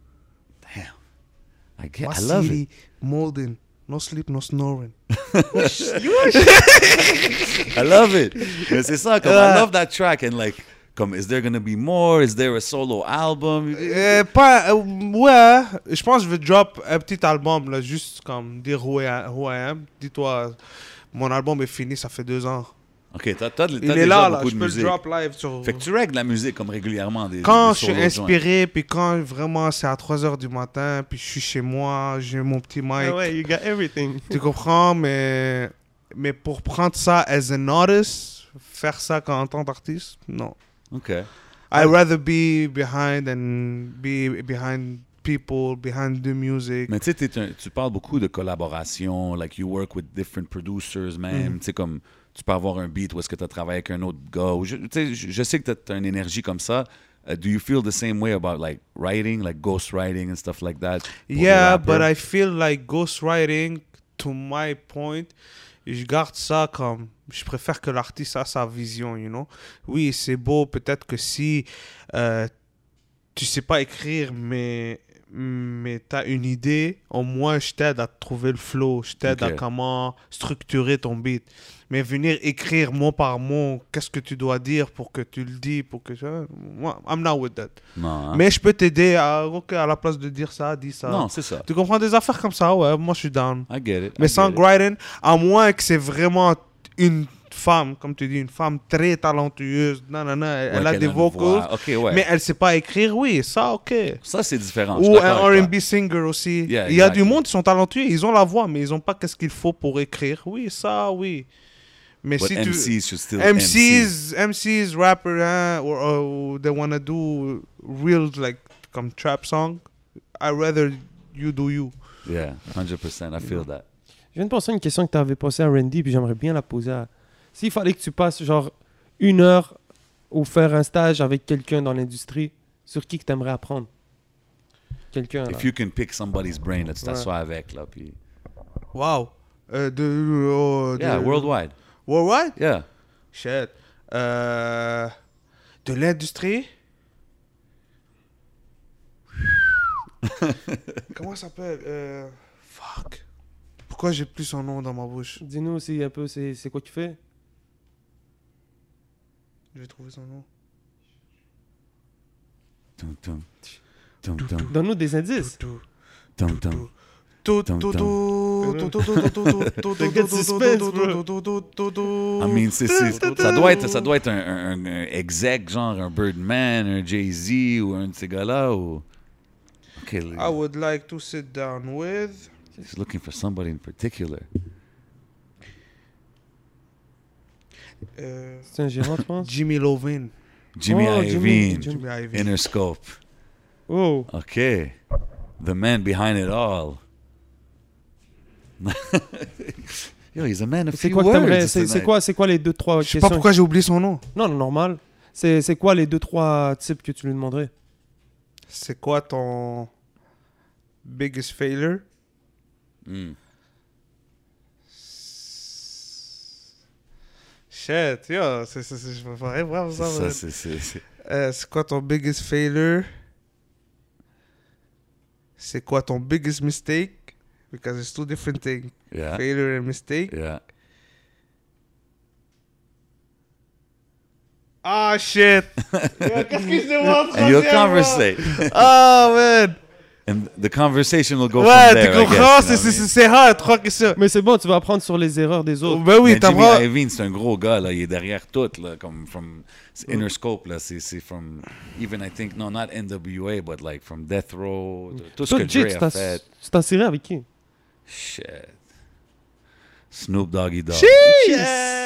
S2: I, get,
S3: My
S2: I love
S3: city
S2: it.
S3: molding. No sleep, no snoring.
S2: I love it. Mais c'est ça, comme, I
S3: Ah.
S2: love that track. And like, comme, is there gonna be more? Is there a solo album?
S3: Euh, pas, euh, ouais, je pense que je vais drop un petit album, là, juste comme dire who I am. who I am. Dis-toi, mon album est fini, ça fait deux ans.
S2: Ok, t'as, t'as, t'as
S3: Il
S2: déjà
S3: est là, là,
S2: beaucoup
S3: je
S2: de
S3: peux
S2: musique.
S3: le drop live sur...
S2: Fait que tu règles la musique comme régulièrement. Des,
S3: quand
S2: des
S3: je suis
S2: solo joints.
S3: inspiré, puis quand vraiment c'est à 3h du matin, puis je suis chez moi, j'ai mon petit mic,
S1: Ah you got everything.
S3: tu comprends, mais, mais pour prendre ça as an artist, faire ça quand en tant qu'artiste, non.
S2: Ok.
S3: I'd rather be behind and be behind people, behind the music.
S2: Mais tu sais, t'es un- tu parles beaucoup de collaboration, like you work with different producers même,
S3: Mm-hmm.
S2: tu sais, comme tu peux avoir un beat où est-ce que tu as travaillé avec un autre gars, ou je, tu sais, je, je sais que tu as une énergie comme ça. Uh, do you feel the same way about like writing, like ghostwriting and stuff like that? pour des
S3: Yeah,
S2: rappers?
S3: but I feel like ghostwriting, to my point, je garde ça comme. Je préfère que l'artiste a sa vision, you know. Oui, c'est beau, peut-être que si euh, tu sais pas écrire, mais, mais tu as une idée, au moins je t'aide à trouver le flow, je t'aide à
S2: Ok.
S3: comment structurer ton beat. Mais venir écrire mot par mot, qu'est-ce que tu dois dire pour que tu le dis, pour que. ça- Moi, I'm not with that.
S2: Non, hein?
S3: Mais je peux t'aider à, ok, à la place de dire ça, dis ça.
S2: non c'est ça.
S3: Tu comprends des affaires comme ça, ouais, moi je suis down.
S2: I get it.
S3: Mais
S2: I
S3: sans
S2: get it.
S3: grinding, à moins que c'est vraiment une femme, comme tu dis, une femme très talentueuse, non, non, non, elle,
S2: Ouais,
S3: a
S2: qu'elle
S3: des
S2: une voix.
S3: vocals,
S2: Ok, ouais.
S3: mais elle sait pas écrire, oui, ça, ok.
S2: Ça, c'est différent. je suis
S3: Ou un
S2: d'accord avec toi.
S3: R&B singer aussi.
S2: Yeah,
S3: il y a
S2: exactly.
S3: du monde, ils sont talentueux, ils ont la voix, mais ils ont pas qu'est-ce qu'il faut pour écrire. Oui, ça, oui. Mais
S2: But
S3: si tu...
S2: MCs should still
S3: MCs, MCs, rapper, hein, or, or they wanna do real like comme trap song. I rather you do you.
S2: MC. Yeah, 100%, I feel that.
S1: Je viens de penser à une question que tu avais posée à Randy, puis j'aimerais bien la poser à. S'il fallait que tu passes genre une heure ou faire un stage avec quelqu'un dans l'industrie, sur qui que tu aimerais apprendre Quelqu'un. là.
S2: If you can pick somebody's brain, là, tu
S1: Ouais.
S2: t'assois avec, là, puis...
S3: Wow. Euh, de, euh, de-
S2: Yeah, worldwide.
S3: Worldwide?
S2: Yeah.
S3: Shit. Euh, de l'industrie? Comment ça s'appelle? Euh, fuck. Pourquoi j'ai plus son nom dans ma bouche?
S1: Dis-nous aussi un peu c'est c'est quoi tu fais
S3: Je vais trouver son nom.
S2: Tum, tum. Tum, tum,
S1: Donne-nous des indices.
S3: Toutou.
S2: tum, tum. I mean, c'est, c'est- ça doit être, ça doit être un, un- un exec, genre un Birdman, un Jay-Z ou un de ces gars-là, ou... OK,
S1: Ah
S3: I would like to sit down with.
S2: he's looking for somebody in particular.
S1: Oh,
S3: euh,
S1: C'est un gérant, je pense.
S3: Jimmy Lovin.
S2: Jimmy
S1: Oh, Jimmy- Jimmy-
S2: Iovine,
S3: Jimmy Iovine.
S2: Interscope.
S1: Oh,
S2: OK. The man behind it all. Yo, he's a man of
S1: C'est
S2: few
S1: quoi, que
S2: words.
S1: t'aimerais- c'est- c'est
S2: tonight.
S1: quoi, c'est quoi les deux, trois
S3: Je sais
S1: questions
S3: pas pourquoi j'ai oublié son nom.
S1: Non, non, normal. C'est c'est quoi les deux, trois types que tu lui demanderais
S3: C'est quoi ton biggest failure?
S2: Mm.
S3: Shit, yo, c'est c'est- c'est- je peux pas répondre
S2: C'est
S3: ça.
S2: ça,
S3: mais-
S2: c'est- c'est- c'est-
S3: Euh, c'est quoi ton biggest failure? C'est quoi ton biggest mistake? Because it's two different things.
S2: Yeah.
S3: Failure and mistake.
S2: Ah. Yeah.
S3: Ah shit! Yo, Qu'est-ce que je demande?
S2: And you'll
S3: troisième, là?
S2: conversate.
S3: Ah man!
S2: And the conversation will go
S3: ouais,
S2: from there,
S3: tu
S2: I guess,
S3: comprends?
S2: you know what I
S3: C'est- C'est
S2: mean?
S3: c'est- c'est rare, trois questions.
S1: Mais c'est bon, tu vas apprendre sur les erreurs des autres.
S3: Ben oui,
S2: Mais Jimmy
S3: t'apprends.
S2: Iovine, c'est un gros gars, là. Il est derrière tout, là, comme from c'est Inner Scope, là. C'est c'est from, even I think, no, not NWA, but like from Death Row, de- tout Oh, ce
S1: Toi,
S2: que
S1: Jay,
S2: Dre
S1: tu
S2: a
S1: t'as-
S2: fait.
S1: tu t'as serré avec qui
S2: Shit. Snoop Doggy Dogg.
S3: Yes!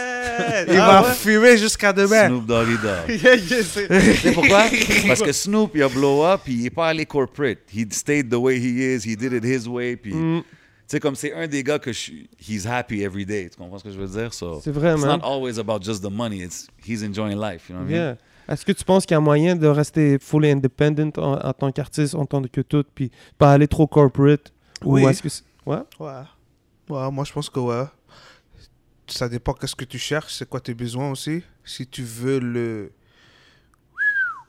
S3: Il
S2: Ah,
S3: va fumer jusqu'à demain.
S2: Snoop Doggy Dogg.
S3: Yeah, yeah, c'est-
S2: Tu sais pourquoi? Parce que Snoop, il a blow up, puis il est pas allé corporate. He stayed the way he is, he did it his way, puis...
S1: Mm.
S2: Tu sais, comme c'est un des gars que je suis- he's happy every day. Tu comprends ce que je veux dire? So,
S1: C'est vrai,
S2: oh, it's
S1: man.
S2: not always about just the money. It's he's enjoying life. You know what I mean?
S1: Yeah. Est-ce que tu penses qu'il y a moyen de rester fully independent en, en tant qu'artiste, en tant que tout, puis pas aller trop corporate
S3: Oui.
S1: Ou est-ce que c'est- ouais
S3: Ouais. Ouais, moi je pense que ouais. Ça dépend qu'est-ce que tu cherches, c'est quoi tes besoins aussi. Si tu veux le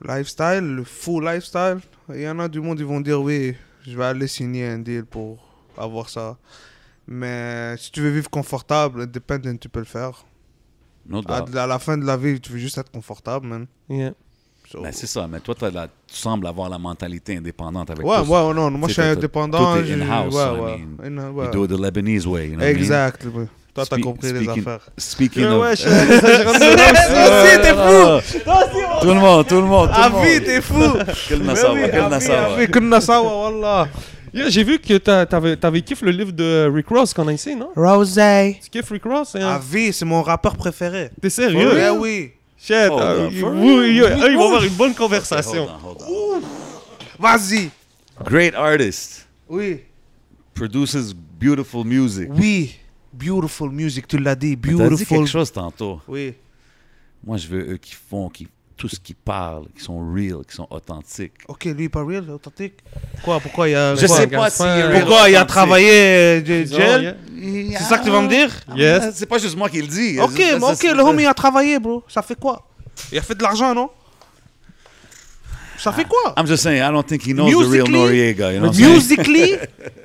S3: lifestyle, le full lifestyle, il y en a du monde ils vont dire oui, je vais aller signer un deal pour avoir ça. Mais si tu veux vivre confortable, independent, tu peux le faire.
S2: No
S3: À,
S2: doubt.
S3: à la fin de la vie, tu veux juste être confortable, man.
S1: Yeah.
S3: So-
S2: Ben, c'est ça. Mais toi, t'as la- tu sembles avoir la mentalité indépendante avec
S3: ouais,
S2: tout
S3: ouais, oh,
S2: ça.
S3: non, moi
S2: Tu
S3: je suis
S2: sais, t'as- t'as-
S3: indépendant.
S2: tout est
S3: je-
S2: in-house,
S3: ouais,
S2: I
S3: ouais.
S2: mean.
S3: In-
S2: You
S3: ouais.
S2: do it the Lebanese way. You know what I mean?
S3: Exact. ouais. Toi, t'as
S2: Speak-
S3: compris les
S2: speaking-
S3: affaires.
S2: Speaking of... Ah,
S3: t'es fou!
S2: Tout le monde, tout le monde, tout le monde.
S3: Avis, t'es fou!
S2: Quel Nassawa, quel Nassawa.
S3: Avis, quel Nassawa, wallah!
S1: Yeah, J'ai vu que t'as- t'avais avais kiffé le livre de Rick Ross qu'on a ici, non
S2: Hein?
S3: Rosé!
S1: Tu kiffes Rick Ross hein?
S2: Ah,
S3: Avis, c'est mon rappeur préféré.
S1: T'es sérieux
S3: Ouais, Ah oui!
S1: Shit,
S2: Oh,
S1: euh,
S2: the
S1: ils-
S2: fuck?
S1: oui, yo, eux, ils vont
S3: Ross.
S1: avoir une bonne
S2: Okay, hold
S1: conversation.
S2: on, hold on.
S3: Vas-y!
S2: Great artist.
S3: Oui!
S2: Produces beautiful music.
S3: Oui! Beautiful music, tu l'as dit,
S2: Mais T'as dit
S3: beautiful.
S2: quelque chose tantôt.
S3: Oui.
S2: Moi, je veux eux qui font, qui, tout ce qui parlent, qui sont real, qui sont authentiques.
S3: Ok, lui, pas real, authentique. Quoi, pourquoi il a.
S2: Je
S3: quoi,
S2: sais
S1: gars,
S2: pas
S1: c'est
S2: si
S1: pas-
S3: Pourquoi il a travaillé euh, de-
S1: Ils ont- yeah.
S3: gel? C'est ça que tu vas me dire?
S1: Yes.
S2: uh, C'est pas juste moi qui le dis.
S3: Ok,
S2: C'est-
S3: mais ok,
S2: c'est-
S3: le homie il a travaillé, bro. Ça fait quoi? Il a fait de l'argent, non? Ça fait quoi?
S2: I'm just saying, I don't think he knows the real
S3: Musically-
S2: Noriega. You know what I'm saying?
S3: Musically?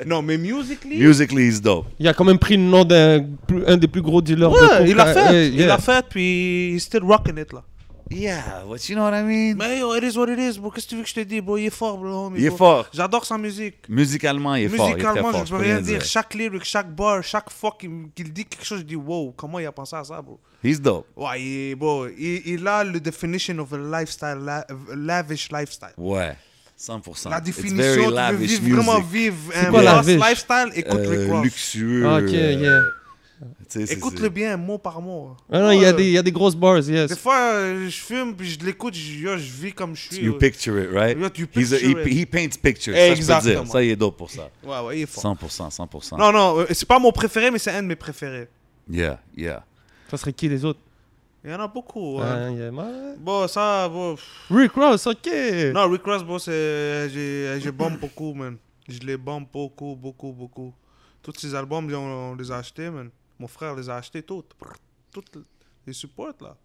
S3: non, mais musically?
S2: Musically, he's dope.
S1: Il a quand même pris le nom d'un plus- un des plus gros dealers de coca.
S3: Ouais, il l'a fait.
S1: Eh,
S3: Il
S1: yeah.
S3: l'a fait, puis he's still rocking it, là.
S2: Yeah, but you know what I mean?
S3: Mais yo, it is what it is, bro. Qu'est-ce que tu veux que je te dise, bro? Il est fort, bro, homie,
S2: Il est
S3: bro.
S2: fort.
S3: J'adore sa musique.
S2: Musicalement, il est fort. il est très
S3: Musicalement,
S2: fort,
S3: je peux
S2: peux
S3: rien dire. Chaque lyric, chaque bar, chaque fois qu'il qu'il dit quelque chose, je dis wow, comment il a pensé à ça, bro?
S2: He's dope.
S3: Ouais, il, est beau. il, il a le definition of a lifestyle, la- lavish lifestyle.
S2: Ouais, 100%.
S3: La
S2: It's
S3: définition,
S2: very
S3: tu veux
S2: lavish
S3: vivre, vraiment
S2: music.
S3: vivre un
S1: quoi,
S3: boss
S1: lavish?
S3: lifestyle, écoute Rick
S2: Euh,
S3: Ross.
S2: luxueux.
S1: Ah, Ok, yeah.
S3: Écoute-le bien, mot par mot.
S1: Ah non, il y, a
S3: Ouais.
S1: des, il y a des grosses bars, yes.
S3: Des fois, euh, je fume, puis je l'écoute, je, yo, je vis comme je suis.
S2: You
S3: ouais.
S2: picture it, right?
S3: Yo, tu
S2: He's a- he,
S3: picture it.
S2: he paints pictures. Ça, je peux
S3: Exactement.
S2: dire. Ça, il est dope pour ça.
S3: Ouais, ouais, il est fort.
S2: 100%, 100%.
S3: Non, non, euh, c'est pas mon préféré, mais c'est un de mes préférés.
S2: Yeah, yeah.
S1: Ça serait qui les autres
S3: Il y en a beaucoup. ouais.
S1: Ah, yeah, ouais.
S3: Bon, ça, bon. pff.
S1: Rick Ross, ok.
S3: Non, Rick Ross, bon, c'est. j'ai- Je bombe beaucoup, man. Je les bombe beaucoup, beaucoup, beaucoup. Tous ces albums, on, on les a achetés, man. Mon frère les a achetés tous. Toutes les supports, là.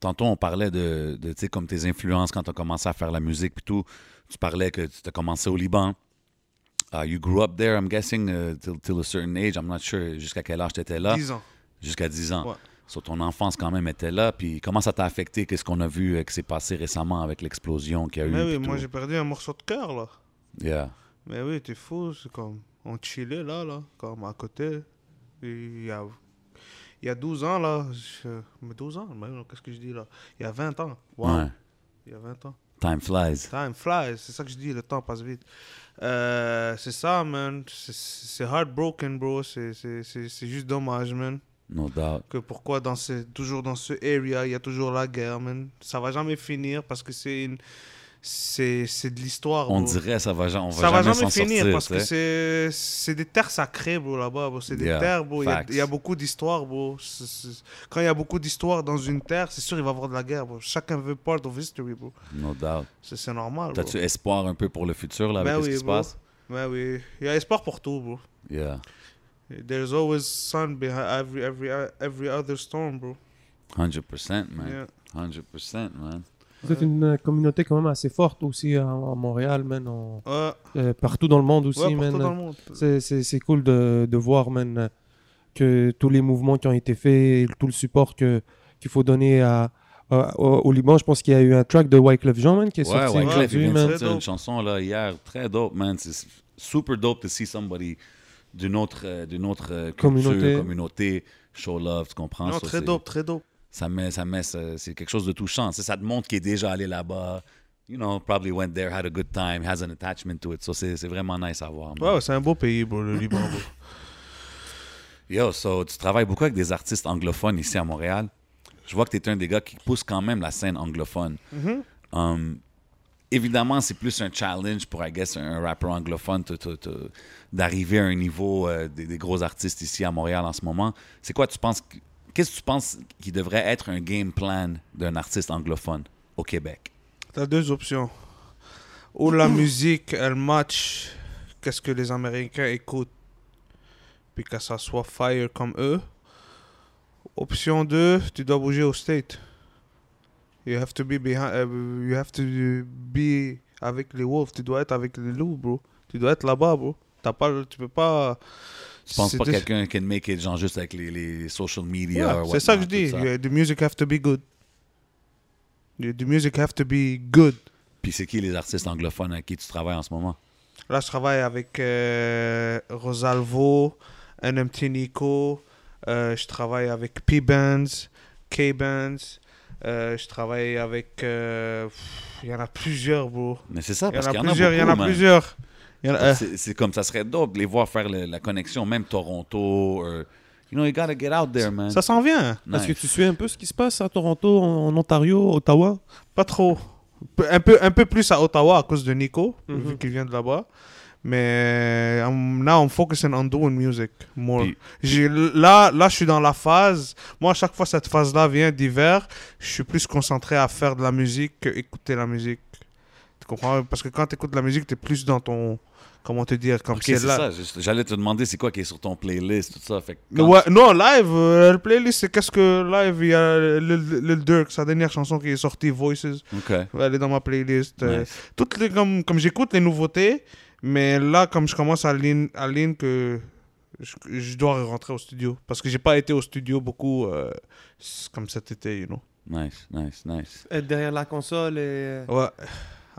S2: Tantôt, on parlait de, de tu sais, comme tes influences quand tu as commencé à faire la musique puis tout. Tu parlais que tu as commencé au Liban. Uh, you grew up there, I'm guessing, uh, till, till a certain age. I'm not sure jusqu'à quel âge tu étais là.
S3: 10 ans.
S2: Jusqu'à 10 ans.
S3: Ouais.
S2: So, ton enfance, quand même, était là. Puis comment ça t'a affecté? Qu'est-ce qu'on a vu euh, qui s'est passé récemment avec l'explosion qu'il y a eu?
S3: Mais oui,
S2: Ah puis
S3: moi,
S2: tout?
S3: j'ai perdu un morceau de cœur, là.
S2: Yeah.
S3: Mais oui, t'es fou, c'est comme. On chillait là, là, comme à côté. Il y a, il y a 12 ans, là. je- mais 12 ans, mais non, qu'est-ce que je dis là Il y a 20 ans. Wow.
S2: Ouais.
S3: Il y a 20 ans.
S2: Time flies.
S3: Time flies, c'est ça que je dis, le temps passe vite. Euh, c'est ça, man. C'est- C'est heartbroken, bro. C'est c'est- c'est- c'est juste dommage, man.
S2: No doubt.
S3: Que pourquoi dans ce, toujours dans ce area, il y a toujours la guerre, man. Ça va jamais finir parce que c'est une. c'est c'est de l'histoire.
S2: On
S3: bro.
S2: dirait ça va, ja- on va
S3: Oh, ça va
S2: jamais
S3: jamais
S2: s'en
S3: finir
S2: sortir.
S3: parce
S2: tu
S3: que
S2: sais.
S3: c'est c'est des terres sacrées, bro, là-bas. bro. C'est des
S2: Yeah,
S3: terres, bro. Il y a-
S2: facts.
S3: il y, a beaucoup d'histoires, bro. C'est- c'est- Quand il y a beaucoup d'histoires dans une terre, c'est sûr il va y avoir de la guerre, bro. Chacun veut part of history, bro.
S2: No doubt.
S3: C'est c'est normal, bro.
S2: T'as-tu espoir un peu pour le futur là, avec
S3: Oh. Ben
S2: ce
S3: oui,
S2: qui se
S3: bro.
S2: passe?
S3: Ben oui. Il y a espoir pour tout, bro.
S2: Yeah,
S3: There's always sun behind every, every, every other storm, bro.
S2: 100%, man.
S3: Yeah.
S2: 100%, man.
S1: Vous êtes une euh, communauté quand même assez forte aussi à, à Montréal, man, en-
S3: Ouais,
S1: euh, partout dans le monde aussi,
S3: ouais,
S1: man.
S3: partout dans le monde.
S1: C'est- C'est c'est cool de, de voir, man, euh, que tous les mouvements qui ont été faits, et tout le support que qu'il faut donner à, à- au, au Liban. Je pense qu'il y a eu un track de Wyclef Jean, man, qui est
S2: ouais,
S1: sorti
S2: ouais, Clef, il
S1: aujourd'hui,
S2: vient de
S1: man.
S2: sortir
S3: Très
S2: une
S3: dope.
S2: chanson là, hier, très dope, man. C'est super dope de see somebody d'une autre, euh, d'une autre euh, culture, communauté.
S1: Communauté.
S2: show love, tu comprends?
S3: Non,
S2: Ah, ça,
S3: très
S2: c'est-
S3: dope, très dope.
S2: Ça met, ça met, ça- c'est quelque chose de touchant. Ça, ça te montre qu'il est déjà allé là-bas. You know, probably went there, had a good time, has an attachment to it. So c'est c'est vraiment nice à voir. man.
S3: Ouais, ouais, c'est un beau pays, bro, le Liban, bro.
S2: Yo, so, tu travailles beaucoup avec des artistes anglophones ici à Montréal. Je vois que tu es un des gars qui pousse quand même la scène anglophone.
S3: Mm-hmm.
S2: Um, évidemment, c'est plus un challenge pour, I guess, un rappeur anglophone te- te- te- d'arriver à un niveau euh, des, des gros artistes ici à Montréal en ce moment. C'est quoi, tu penses, que- qu'est-ce que tu penses qui devrait être un game plan d'un artiste anglophone au Québec?
S3: T'as deux options. Ou la musique, elle match qu'est-ce que les Américains écoutent, puis que ça soit fire comme eux. Option 2, tu dois bouger au state. You have to be behind, euh, you have to be avec les wolves, tu dois être avec les loups, bro. Tu dois être là-bas, bro. T'as pas, le- tu peux pas.
S2: Tu penses
S3: c'est
S2: pas que
S3: des-
S2: quelqu'un can make it, genre juste avec les, les social media?
S3: Yeah,
S2: or
S3: c'est ça que je
S2: whatnot,
S3: dis.
S2: tout ça?
S3: Yeah, The music have to be good. The the music have to be good.
S2: Puis c'est qui les artistes anglophones à qui tu travailles en ce moment?
S3: Là, je travaille avec euh, Rosalvo, NMT Nico, euh, je travaille avec P-Bands, K-Bands, euh, je travaille avec. euh, pff, Il y en a plusieurs, bro.
S2: Mais c'est ça,
S3: Il y en
S2: Ah, parce
S3: a
S2: qu'il y en a
S3: plusieurs, il y en
S2: beaucoup,
S3: a
S2: man.
S3: plusieurs. Il y en a- euh,
S2: C'est c'est comme ça serait dope de les voir faire le- la connexion, même Toronto. or- you know, you gotta get out there, man.
S3: ça s'en vient,
S2: Nice.
S1: Est-ce que tu suis un peu ce qui se passe à Toronto, en, en Ontario, Ottawa
S3: pas trop. Peu- Un peu, un peu plus à Ottawa à cause de Nico,
S1: Mhm.
S3: vu qu'il vient de là-bas. Mais I'm, now I'm focusing on doing music more.
S2: Puis-
S3: J'ai- là, là, je suis dans la phase. Moi, à chaque fois, cette phase-là vient d'hiver. Je suis plus concentré à faire de la musique que écouter la musique. Tu comprends? Parce que quand tu écoutes de la musique, tu es plus dans ton. Comment te dire? Comme
S2: Ok,
S3: c'est
S2: c'est
S3: là.
S2: ça. juste- J'allais te demander c'est quoi qui est sur ton playlist, tout ça. Fait que
S3: Mais
S2: quand-
S3: ouais, non, live, euh, le playlist, c'est qu'est-ce que live, il y a euh, Lil Lil Durk, sa dernière chanson qui est sortie, Voices.
S2: Ok.
S3: Elle est dans ma playlist. euh,
S2: Nice.
S3: toutes les comme, comme j'écoute les nouveautés, mais là comme je commence à ligne à ligne que je, je dois rentrer au studio parce que j'ai pas été au studio beaucoup euh, c- comme cet été, you know.
S2: Nice, nice, nice.
S1: Être derrière la console, et... euh,
S3: Ouais,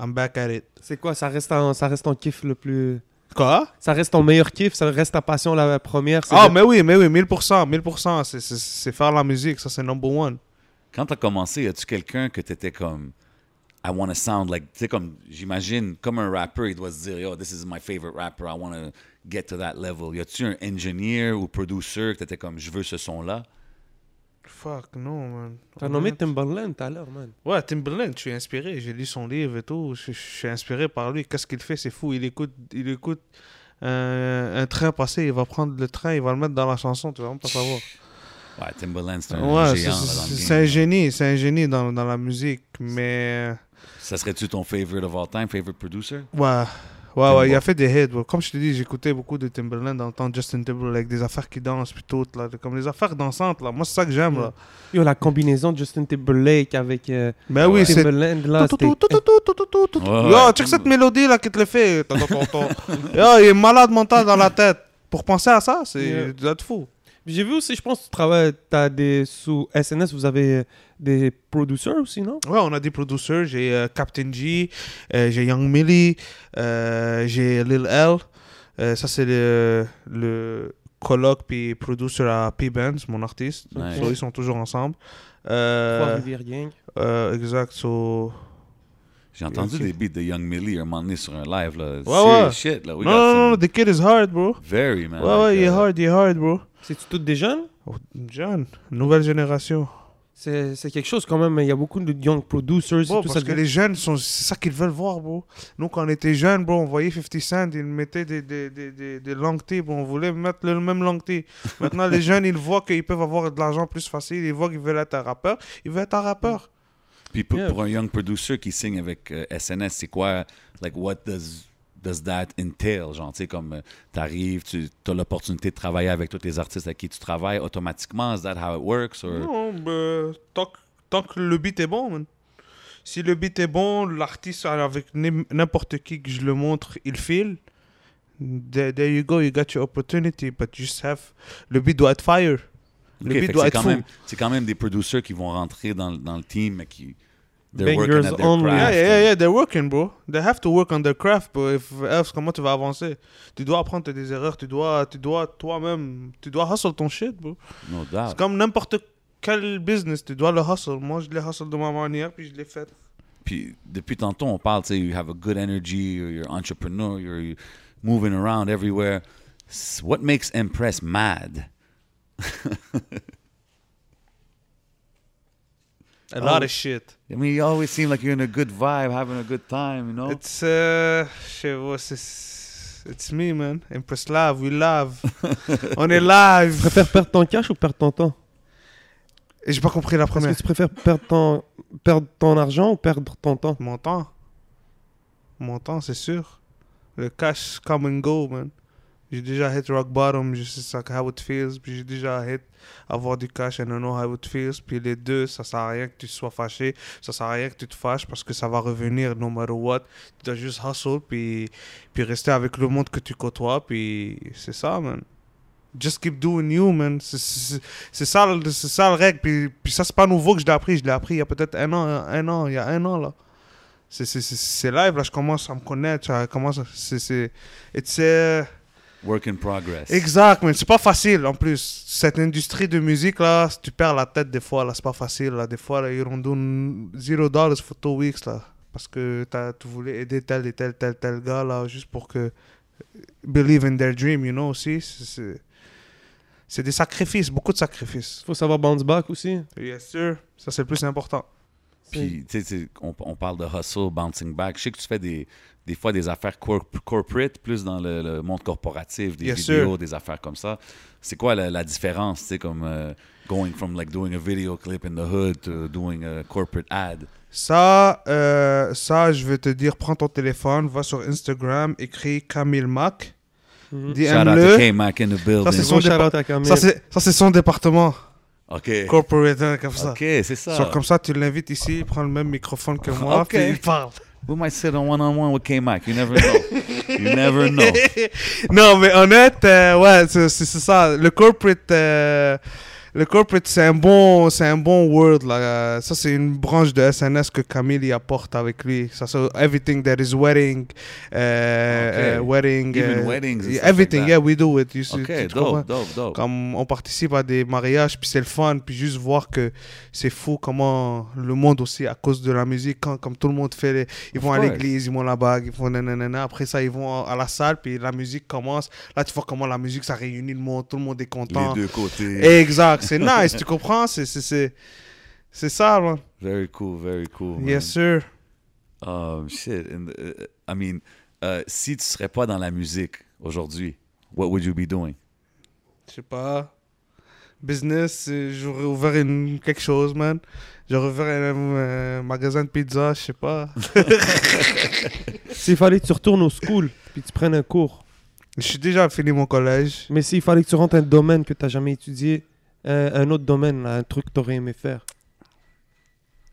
S3: I'm back at it.
S1: c'est quoi Ça reste en, ça reste en kiff le plus.
S3: Quoi
S1: Ça reste ton meilleur kiff, ça reste ta passion la première. c'est
S3: Ah
S1: de-
S3: mais oui, mais oui, 1000%, 1000%, c'est- c'est- c'est faire la musique, ça c'est number one.
S2: Quand t'as commencé, y a-tu quelqu'un que t'étais comme I want to sound like, tu sais, comme j'imagine, comme un rapper, il doit se dire Yo, this is my favorite rapper, I want to get to that level. Y a-tu un engineer ou producer que t'étais comme Je veux ce son-là
S3: Fuck, non, man.
S1: T'as nommé Timbaland tout à l'heure, man.
S3: Ouais, Timberland, je suis inspiré. J'ai lu son livre et tout. Je, je suis inspiré par lui. Qu'est-ce qu'il fait C'est fou. Il écoute, il écoute euh, un train passer. Il va prendre le train. Il va le mettre dans la chanson. Tu vas même pas savoir.
S2: Ouais, Timbaland, c'est un
S3: Ouais, c'est-
S2: géant là, dans le
S3: c'est
S2: game,
S3: c'est un
S2: là.
S3: génie. C'est un génie dans, dans la musique. Mais
S2: Ça serait-tu ton favorite of all time, favorite producer?
S3: euh, ouais. Ouais, ouais, il a fait des hits. ouais. Comme je te dis, j'écoutais beaucoup de Timberland dans le temps de Justin Timberlake, des affaires qui dansent, puis tout, là, comme les affaires dansantes, là. Moi, c'est ça que j'aime, là.
S1: Yo, la combinaison de Justin Timberlake avec euh,
S3: Ben oui, c'est
S1: Timberland, là,
S3: Tout,
S1: c'était
S3: tout, tout, tout, tout, tout, tout, tout, tout.
S2: Ouais,
S3: Yo,
S2: ouais.
S3: check cette mélodie là qui te le fait. Ton, ton, ton. Yo, il est malade mental dans la tête. Pour penser à ça,
S1: Yeah.
S3: c'est d'être fou.
S1: J'ai vu aussi, je pense, tu travailles, t'as des, sous SNS, vous avez euh, des producteurs aussi, non
S3: Ouais, on a des producteurs. J'ai euh, Captain G, euh, j'ai Young Millie, euh, j'ai Lil L. Euh, ça, c'est le, le colloque puis producer à P-Benz, mon artiste.
S2: Nice.
S3: So, ils sont toujours ensemble. Euh,
S1: Trois-Rivières Gang.
S3: euh, exact. So,
S2: J'ai entendu
S3: aussi.
S2: des beats de Young Millie un moment donné sur un live. Là. Ouais,
S3: ouais.
S2: shit. Là. We
S3: non,
S2: got
S3: non, non,
S2: some- Ah,
S3: the kid is hard, bro.
S2: Very, man.
S3: Ouais, ouais,
S2: like,
S3: il est
S2: uh,
S3: hard, il est hard, bro.
S1: C'est-tu toutes des jeunes
S3: Oh, John, nouvelle génération.
S1: C'est c'est quelque chose quand même. Il y a beaucoup de young producers
S3: Bro,
S1: et tout
S3: parce
S1: ça.
S3: que les jeunes, sont, c'est ça qu'ils veulent voir, bro. Nous, quand on était jeunes, bro, on voyait 50 Cent, ils mettaient des, des, des, des, des longues T, bro. On voulait mettre le même long T. Maintenant, les jeunes, ils voient qu'ils peuvent avoir de l'argent plus facile. Ils voient qu'ils veulent être un rappeur. Ils veulent être un rappeur.
S2: Puis pour,
S1: Yeah.
S2: pour un young producer qui signe avec euh, SNS, c'est quoi, like, what does, does that entail? Genre, tu sais, comme euh, t'arrives, tu as l'opportunité de travailler avec tous les artistes avec qui tu travailles automatiquement, is that how it works? Or...
S3: Non, bah, tant, que- tant que le beat est bon, man. Si le beat est bon, l'artiste, avec n'im- n'importe qui que je le montre, il file. There, there you go, you got your opportunity, but you just have... Le beat doit être fire. Le
S2: Ok,
S3: beat
S2: fait que
S3: doit
S2: c'est
S3: être
S2: quand
S3: fou.
S2: même C'est quand même des producers qui vont rentrer dans, dans le team, mais qui.
S1: Bangers only.
S3: Yeah,
S1: craft
S3: yeah, yeah, they're working, bro. They have to work on their craft, bro. If else, comment tu vas avancer? Tu dois apprendre de tes erreurs, tu dois, tu dois toi-même, tu dois hustle ton shit, bro.
S2: No doubt.
S3: C'est comme n'importe quel business, tu dois le hustle. Moi, je l'ai hustle de ma manière, puis je l'ai fait.
S2: Puis depuis tantôt, on parle, tu sais, you have a good energy, you're, you're entrepreneur, you're, you're moving around everywhere. S- What makes Impress mad?
S3: A
S2: lot
S3: lot
S2: of
S3: of shit.
S2: I mean, you always seem like you're in a good vibe, having a good time, you know?
S3: It's, uh, je sais pas, c'est- It's me, man. Impress live, we live. On est
S1: Tu
S3: live.
S1: préfères perdre ton cash ou perdre ton temps
S3: Et j'ai pas compris la
S1: Est-ce
S3: première.
S1: que tu préfères perdre ton, perdre ton argent ou perdre ton temps
S3: Mon temps. Mon temps, c'est sûr. Le cash come and go, man. J'ai déjà hit rock bottom, je sais ça, how it feels. Puis j'ai déjà hit avoir du cash and I know how it feels. Puis les deux, ça sert à rien que tu sois fâché. Ça sert à rien que tu te fâches parce que ça va revenir no matter what. Tu dois juste hustle puis, puis rester avec le monde que tu côtoies. Puis c'est ça, man. Just keep doing you, man. C'est- C'est c'est ça, le- c'est ça le règle. Puis, puis ça, c'est pas nouveau que je l'ai appris. Je l'ai appris il y a peut-être un an, un an, il y a un an, là. C'est- C'est c'est- c'est live, là, je commence à me connaître, je commence à... C'est... c'est- it's, euh,
S2: Work in progress.
S3: Exact, mais c'est pas facile, en plus. Cette industrie de musique, là, si tu perds la tête des fois, là, c'est pas facile, là. Des fois, là, ils ont donné zero dollars for two weeks, là. Parce que t'as- tu voulais aider tel et tel, tel, tel gars, là, juste pour que... euh, Believe in their dream, you know, aussi. C'est- C'est... C'est des sacrifices, beaucoup de sacrifices.
S1: Il faut savoir bounce back aussi.
S3: Yes, sir. Ça, c'est le plus important.
S2: Puis, tu sais, tu- on, on parle de hustle, bouncing back. Je sais que tu fais des, des fois des affaires corp- corporate, plus dans le, le monde corporatif, des
S3: Yes,
S2: vidéos,
S3: sir.
S2: des affaires comme ça. C'est quoi la, la différence, tu sais, comme euh, going from like doing a video clip in the hood to doing a corporate ad?
S3: Ça, euh, ça, je vais te dire, prends ton téléphone, va sur Instagram, écris Camille Mac,
S1: Mhm.
S2: Mm. Shout out to
S3: DM-le.
S2: K-Mac in the building.
S3: Ça, c'est son
S1: Gros
S3: dépa-
S1: shout-out à Camille.
S3: Ça, c'est ça, c'est son département
S2: OK.
S3: corporate, hein, comme ça.
S2: OK, c'est ça.
S3: Sur- comme ça, tu l'invites ici, il prend le même microphone que moi,
S2: Ok.
S3: puis il parle.
S2: We might sit on one-on-one with K-Mac. You never know. you never know.
S3: Euh, non, mais honnête, euh, ouais, c'est c'est- c'est ça. Le corporate, euh, le corporate, c'est un bon, c'est un bon word là. Euh, Ça, c'est une branche de SNS que Camille y apporte avec lui. Ça, c'est everything that is wedding, euh,
S2: Ok.
S3: euh, wedding,
S2: Even
S3: euh,
S2: weddings and
S3: yeah,
S2: stuff
S3: everything.
S2: like that.
S3: yeah, we do it. You see,
S2: OK,
S3: tu comprends?
S2: dope, dope, dope.
S3: Comme on participe à des mariages, puis c'est le fun, puis juste voir que c'est fou comment le monde aussi, à cause de la musique, quand, comme tout le monde fait, les- ils
S2: Of
S3: vont à
S2: course.
S3: l'église, ils vont la bague, ils font nanana, après ça, ils vont à la salle, puis la musique commence. Là, tu vois comment la musique, ça réunit le monde, tout le monde est
S2: Les
S3: content.
S2: deux côtés.
S3: Exact, c'est nice, tu comprends? C'est- C'est c'est- c'est ça, man.
S2: Very cool, very cool. man.
S3: Yes, sir.
S2: Um, shit. And, uh, I mean, euh, si tu serais pas dans la musique aujourd'hui, what would you be doing?
S3: Je sais pas. Business, euh, j'aurais ouvert une, quelque chose, man. J'aurais ouvert un euh, magasin de pizza, je sais pas.
S1: S'il fallait que tu retournes au school puis tu prennes un cours,
S3: Je suis déjà fini mon collège.
S1: mais s'il fallait que tu rentres un domaine que tu n'as jamais étudié, un, un autre domaine, là, un truc que tu aurais aimé faire,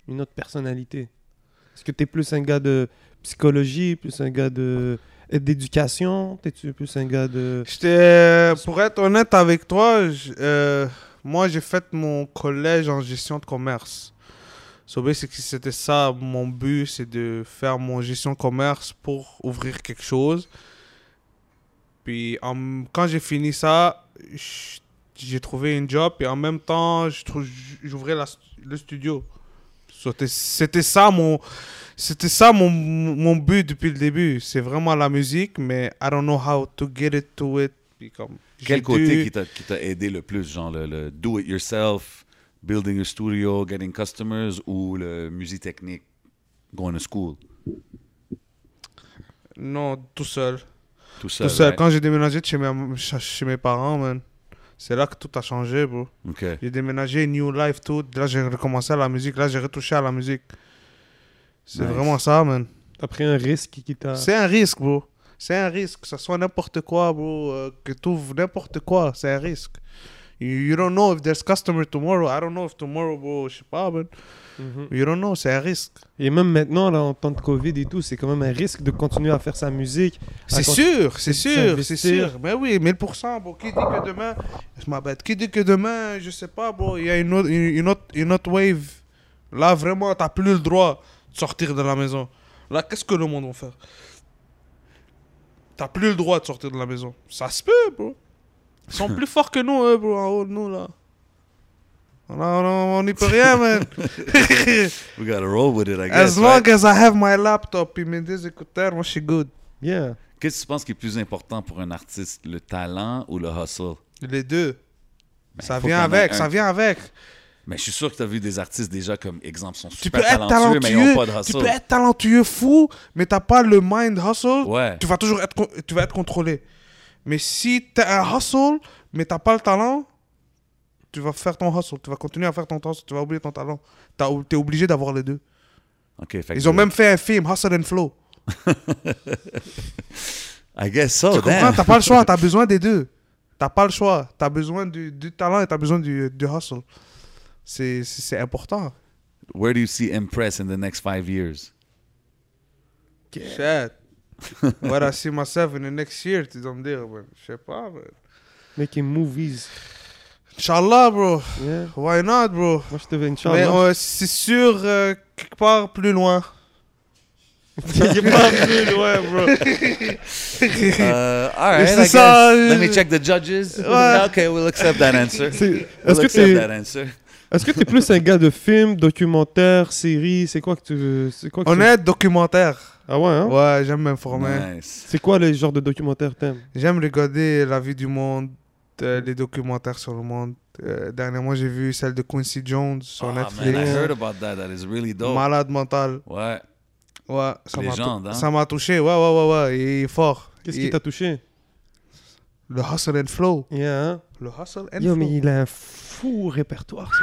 S1: une autre personnalité, est-ce que tu es plus un gars de psychologie, plus un gars de d'éducation, t'es-tu plus un gars de...
S3: J'étais, euh, pour être honnête avec toi, j- euh, moi j'ai fait mon collège en gestion de commerce. So basically, c'était ça mon but, c'est de faire mon gestion de commerce pour ouvrir quelque chose. Puis en m- quand j'ai fini ça, j- j'ai trouvé une job et en même temps, je trou- j- j'ouvrais la stu- le studio. So, t'es- C'était ça mon c'était ça mon, mon but depuis le début. C'est vraiment la musique, mais I don't know how to get it to it. Puis comme, j'ai
S2: Quel côté
S3: dû-
S2: qui t'a- qui t'a aidé le plus? Genre le, do-it-yourself, building a studio, getting customers ou le musique technique, going to school?
S3: Non, tout seul.
S2: Tout seul.
S3: Tout seul.
S2: right?
S3: Quand j'ai déménagé de chez mes, chez mes parents, man, c'est là que tout a changé, bro.
S2: OK.
S3: J'ai déménagé, New Life, tout. Là, j'ai recommencé à la musique. Là, j'ai retouché à la musique. C'est
S2: Nice.
S3: vraiment ça, man.
S1: T'as pris un risque qui t'a.
S3: C'est un risque, bro. C'est un risque. Que ce soit n'importe quoi, bro. euh, que tout, n'importe quoi. C'est un risque. You, you don't know if there's customer tomorrow. I don't know if tomorrow, bro. Je sais pas, man.
S1: Mhm.
S3: You don't know. C'est un risque.
S1: Et même maintenant, là, en temps de Covid et tout, c'est quand même un risque de continuer à faire sa musique.
S3: C'est
S1: Attends,
S3: sûr, c'est sûr, c'est
S1: d'investir.
S3: sûr. Mais oui, 1000%. Bon, qui dit que demain, je m'abête, qui dit que demain, je sais pas, bon, il y a une autre, une, une autre, une autre wave. Là, vraiment, t'as plus le droit de sortir de la maison. Là, qu'est-ce que le monde va faire T'as plus le droit de sortir de la maison. Ça se peut, bro. Ils sont plus forts que nous, eux, bro, en haut de nous, là. On a- on a- on n'y peut rien, man.
S2: We gotta roll with it, I guess.
S3: as long
S2: right?
S3: as I have my laptop et mes deux écouteurs, moi, je suis good.
S1: Yeah.
S2: Qu'est-ce que tu penses qui est plus important pour un artiste, le talent ou le hustle?
S3: Les deux. ça
S2: Ben, faut
S3: vient
S2: qu'il y en ait
S3: avec,
S2: un.
S3: ça vient avec.
S2: Mais je suis sûr que tu as vu des artistes déjà comme exemple sont super
S3: Tu peux être
S2: talentueux, mais ils
S3: talentueux,
S2: n'ont pas de hustle.
S3: tu peux être talentueux fou, mais t'as pas le mind hustle,
S2: Ouais.
S3: tu vas toujours être, con- tu vas être contrôlé. Mais si t'as un hustle, mais t'as pas le talent, tu vas faire ton hustle, tu vas continuer à faire ton hustle, tu vas oublier ton talent. T'as ou- T'es obligé d'avoir les deux.
S2: Ok, fait
S3: Ils
S2: que-
S3: ont même fait un film, Hustle and Flow.
S2: I guess so,
S3: tu comprends?
S2: Oh, damn.
S3: T'as pas le choix, t'as besoin des deux. T'as pas le choix, t'as besoin du, du talent et t'as besoin du, du hustle. C'est- C'est c'est important.
S2: Where do you see Impress in the next five years?
S3: Shit. What I see myself in the next year, tu dois me dire, man. Je sais pas, man.
S1: Making movies.
S3: Inch'Allah, bro.
S1: Yeah.
S3: Why not, bro?
S1: Moi, je te veux une
S3: Mais
S1: chance. hein.
S3: euh, c'est sûr, euh, quelque part plus loin.
S2: Uh, all right, I
S3: C'est ça,
S2: guess. Let
S3: euh,
S2: me check the judges.
S3: Ouais.
S2: Okay, we'll accept that answer.
S1: C'est-
S2: We'll
S1: Est-ce que
S2: accept
S1: t'es
S2: that answer.
S1: est-ce que t'es plus un gars de film, documentaire, série C'est quoi que tu veux c'est quoi que tu-
S3: Honnête, documentaire.
S1: Ah ouais, hein
S3: Ouais, j'aime m'informer.
S2: Nice.
S1: C'est quoi les genres de documentaires t'aimes
S3: J'aime regarder la vie du monde, euh, les documentaires sur le monde. Euh, dernièrement, j'ai vu celle de Quincy Jones sur
S2: Oh, man, I
S3: Netflix.
S2: heard about that. That is really dope.
S3: Malade mental.
S2: Ouais.
S3: Ouais, ça m'a
S2: Légende,
S3: tou-
S2: hein.
S3: ça m'a touché. Ouais, ouais, ouais, ouais. Il est fort.
S1: Qu'est-ce
S3: Il-
S1: qui t'a touché
S3: Le hustle and flow.
S1: Yeah, hein
S3: Le hustle and
S1: Yo,
S3: flow.
S1: mais il a un fou répertoire. ce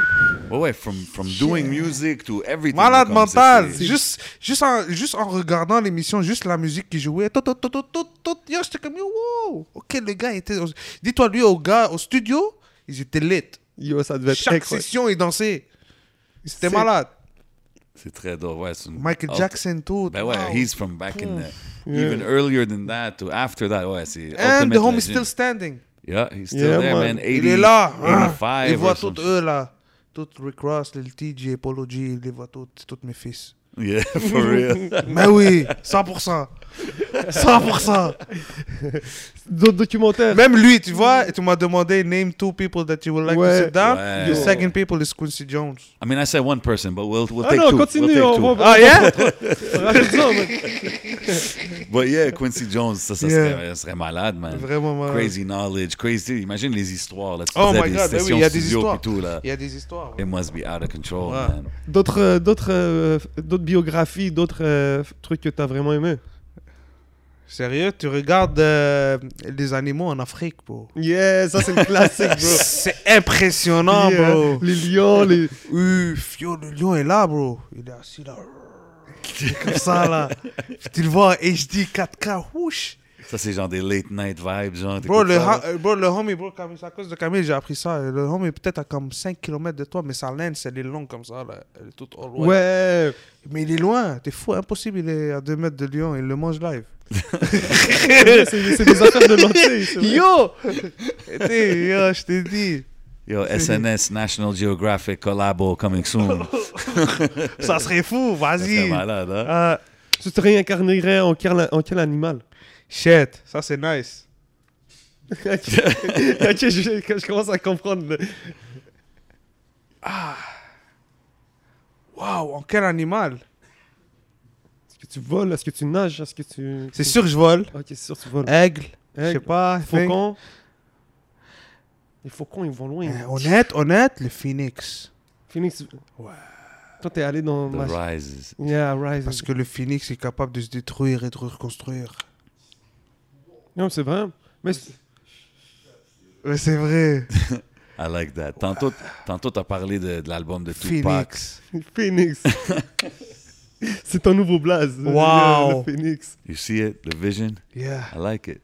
S1: gars.
S2: Ouais, ouais, from, from doing music to everything.
S3: Malade
S2: comme c'est-
S3: mental.
S2: c'est-
S3: Juste, juste, en, juste en regardant l'émission, juste la musique qui jouait. Tout, tout, tout, tout, tout, tout. Yo, j'étais comme, yo, wow. Ok, le gars était. au- Dis-toi, lui, au gars, au studio, ils étaient lit.
S1: Yo, ça devait être
S3: Chaque
S1: incroyable.
S3: session, ils dansaient. C'était
S1: C'est-
S3: malade.
S2: C'est très dope. Ouais, c'est une-
S3: Michael
S2: oh,
S3: Jackson, tout.
S2: Ben ouais,
S3: wow.
S2: he's from back in the,
S1: Yeah.
S2: even earlier than that to after that. Ouais, c'est
S3: And
S2: ultimate
S3: the home is
S2: legend.
S3: still standing.
S2: Yeah, he's still
S1: Yeah,
S2: there, man.
S1: man.
S2: 80,
S3: il est là. Hein.
S2: 85
S3: Il voit
S2: or
S3: tous
S2: something.
S3: eux là. Tout Rick Ross, Lil TJ, Polo G, il les voit tous, c'est tous mes fils.
S2: Yeah, for real.
S3: Mais oui, 100%. 100%.
S1: D'autres documentaires
S3: Même lui, tu vois, tu m'as demandé name two people that you would like
S1: Ouais.
S3: to sit down.
S2: Ouais.
S3: The second people is Quincy Jones.
S2: I mean, I said one person, but we'll, we'll
S1: Ah
S2: take
S1: non,
S2: two.
S1: continue,
S2: We'll take
S1: on
S2: two.
S1: va.
S3: Ah yeah?
S1: Rajoute-en, man.
S2: But yeah, Quincy Jones, ça, ça
S3: Yeah.
S2: serait, ça serait malade, man.
S3: Vraiment malade.
S2: Crazy knowledge, crazy. Imagine les histoires, là. Tu
S3: Oh
S2: faisais
S3: my
S2: des
S3: God, ben oui,
S2: sessions
S3: il y a des
S2: studio
S3: histoires.
S2: pis tout, là.
S3: Il y a des histoires. ouais.
S2: It must be out of control,
S3: Ouais.
S2: man.
S1: D'autres, euh, d'autres, euh, d'autres biographies, d'autres euh, trucs que t'as vraiment aimé.
S3: Sérieux, tu regardes euh, les animaux en Afrique, bro.
S1: Yeah, ça c'est le classique,
S3: C'est impressionnant, bro.
S1: Les lions, les.
S3: Uff, yo, le lion est là, bro. Il est assis là. Il est comme ça, là. Puis tu le vois en HD 4K, whoosh.
S2: Ça, c'est genre des late night vibes, genre.
S3: Bro
S2: t'écoutes
S3: le,
S2: ça,
S3: ha-
S2: là.
S3: euh, bro, le homie, bro, Camille, c'est à cause de Camille, j'ai appris ça. Le homie est peut-être à comme 5 km de toi, mais sa laine, elle est longue comme ça, là. Elle est toute all white.
S1: Ouais.
S3: Mais il est loin, t'es fou, impossible, il est à 2 mètres de Lyon, il le mange live.
S1: c'est, c'est des affaires de lancer. c'est vrai.
S3: Yo! T'es- yo, je t'ai dit,
S2: Yo, SNS, National Geographic, collabo, coming soon.
S3: Oh, ça serait fou,
S2: ça serait
S3: vas-y.
S2: malade, hein?
S3: Ah,
S1: Tu te réincarnerais en quel, en quel animal
S3: shit, ça c'est nice.
S1: Ok, je, je commence à comprendre. le-
S3: Waouh, en quel animal?
S1: Est-ce que tu voles Est-ce que tu nages Est-ce que tu.
S3: C'est sûr que je vole.
S1: Ok, c'est sûr, tu voles.
S3: Aigle, je sais
S1: Aigle,
S3: pas, thing.
S1: Faucon. Les faucons, ils vont loin.
S3: Eh, Euh, honnête, honnête, le phoenix.
S1: Phoenix. Ouais. Toi, t'es allé
S3: Oh,
S1: dans.
S2: The
S1: ma-
S2: Rise is-
S1: Yeah, Rise.
S3: Parce que le phoenix est capable de se détruire et de reconstruire.
S1: Non, c'est vrai. Mais c'est-
S3: Mais c'est vrai.
S2: I like that. Tantôt, tantôt t'as parlé de, de l'album de Tupac.
S3: Phoenix.
S1: Phoenix. c'est ton nouveau blaze. le-
S3: Wow.
S1: le Phoenix.
S2: You see it? The vision?
S3: Yeah.
S2: I like it.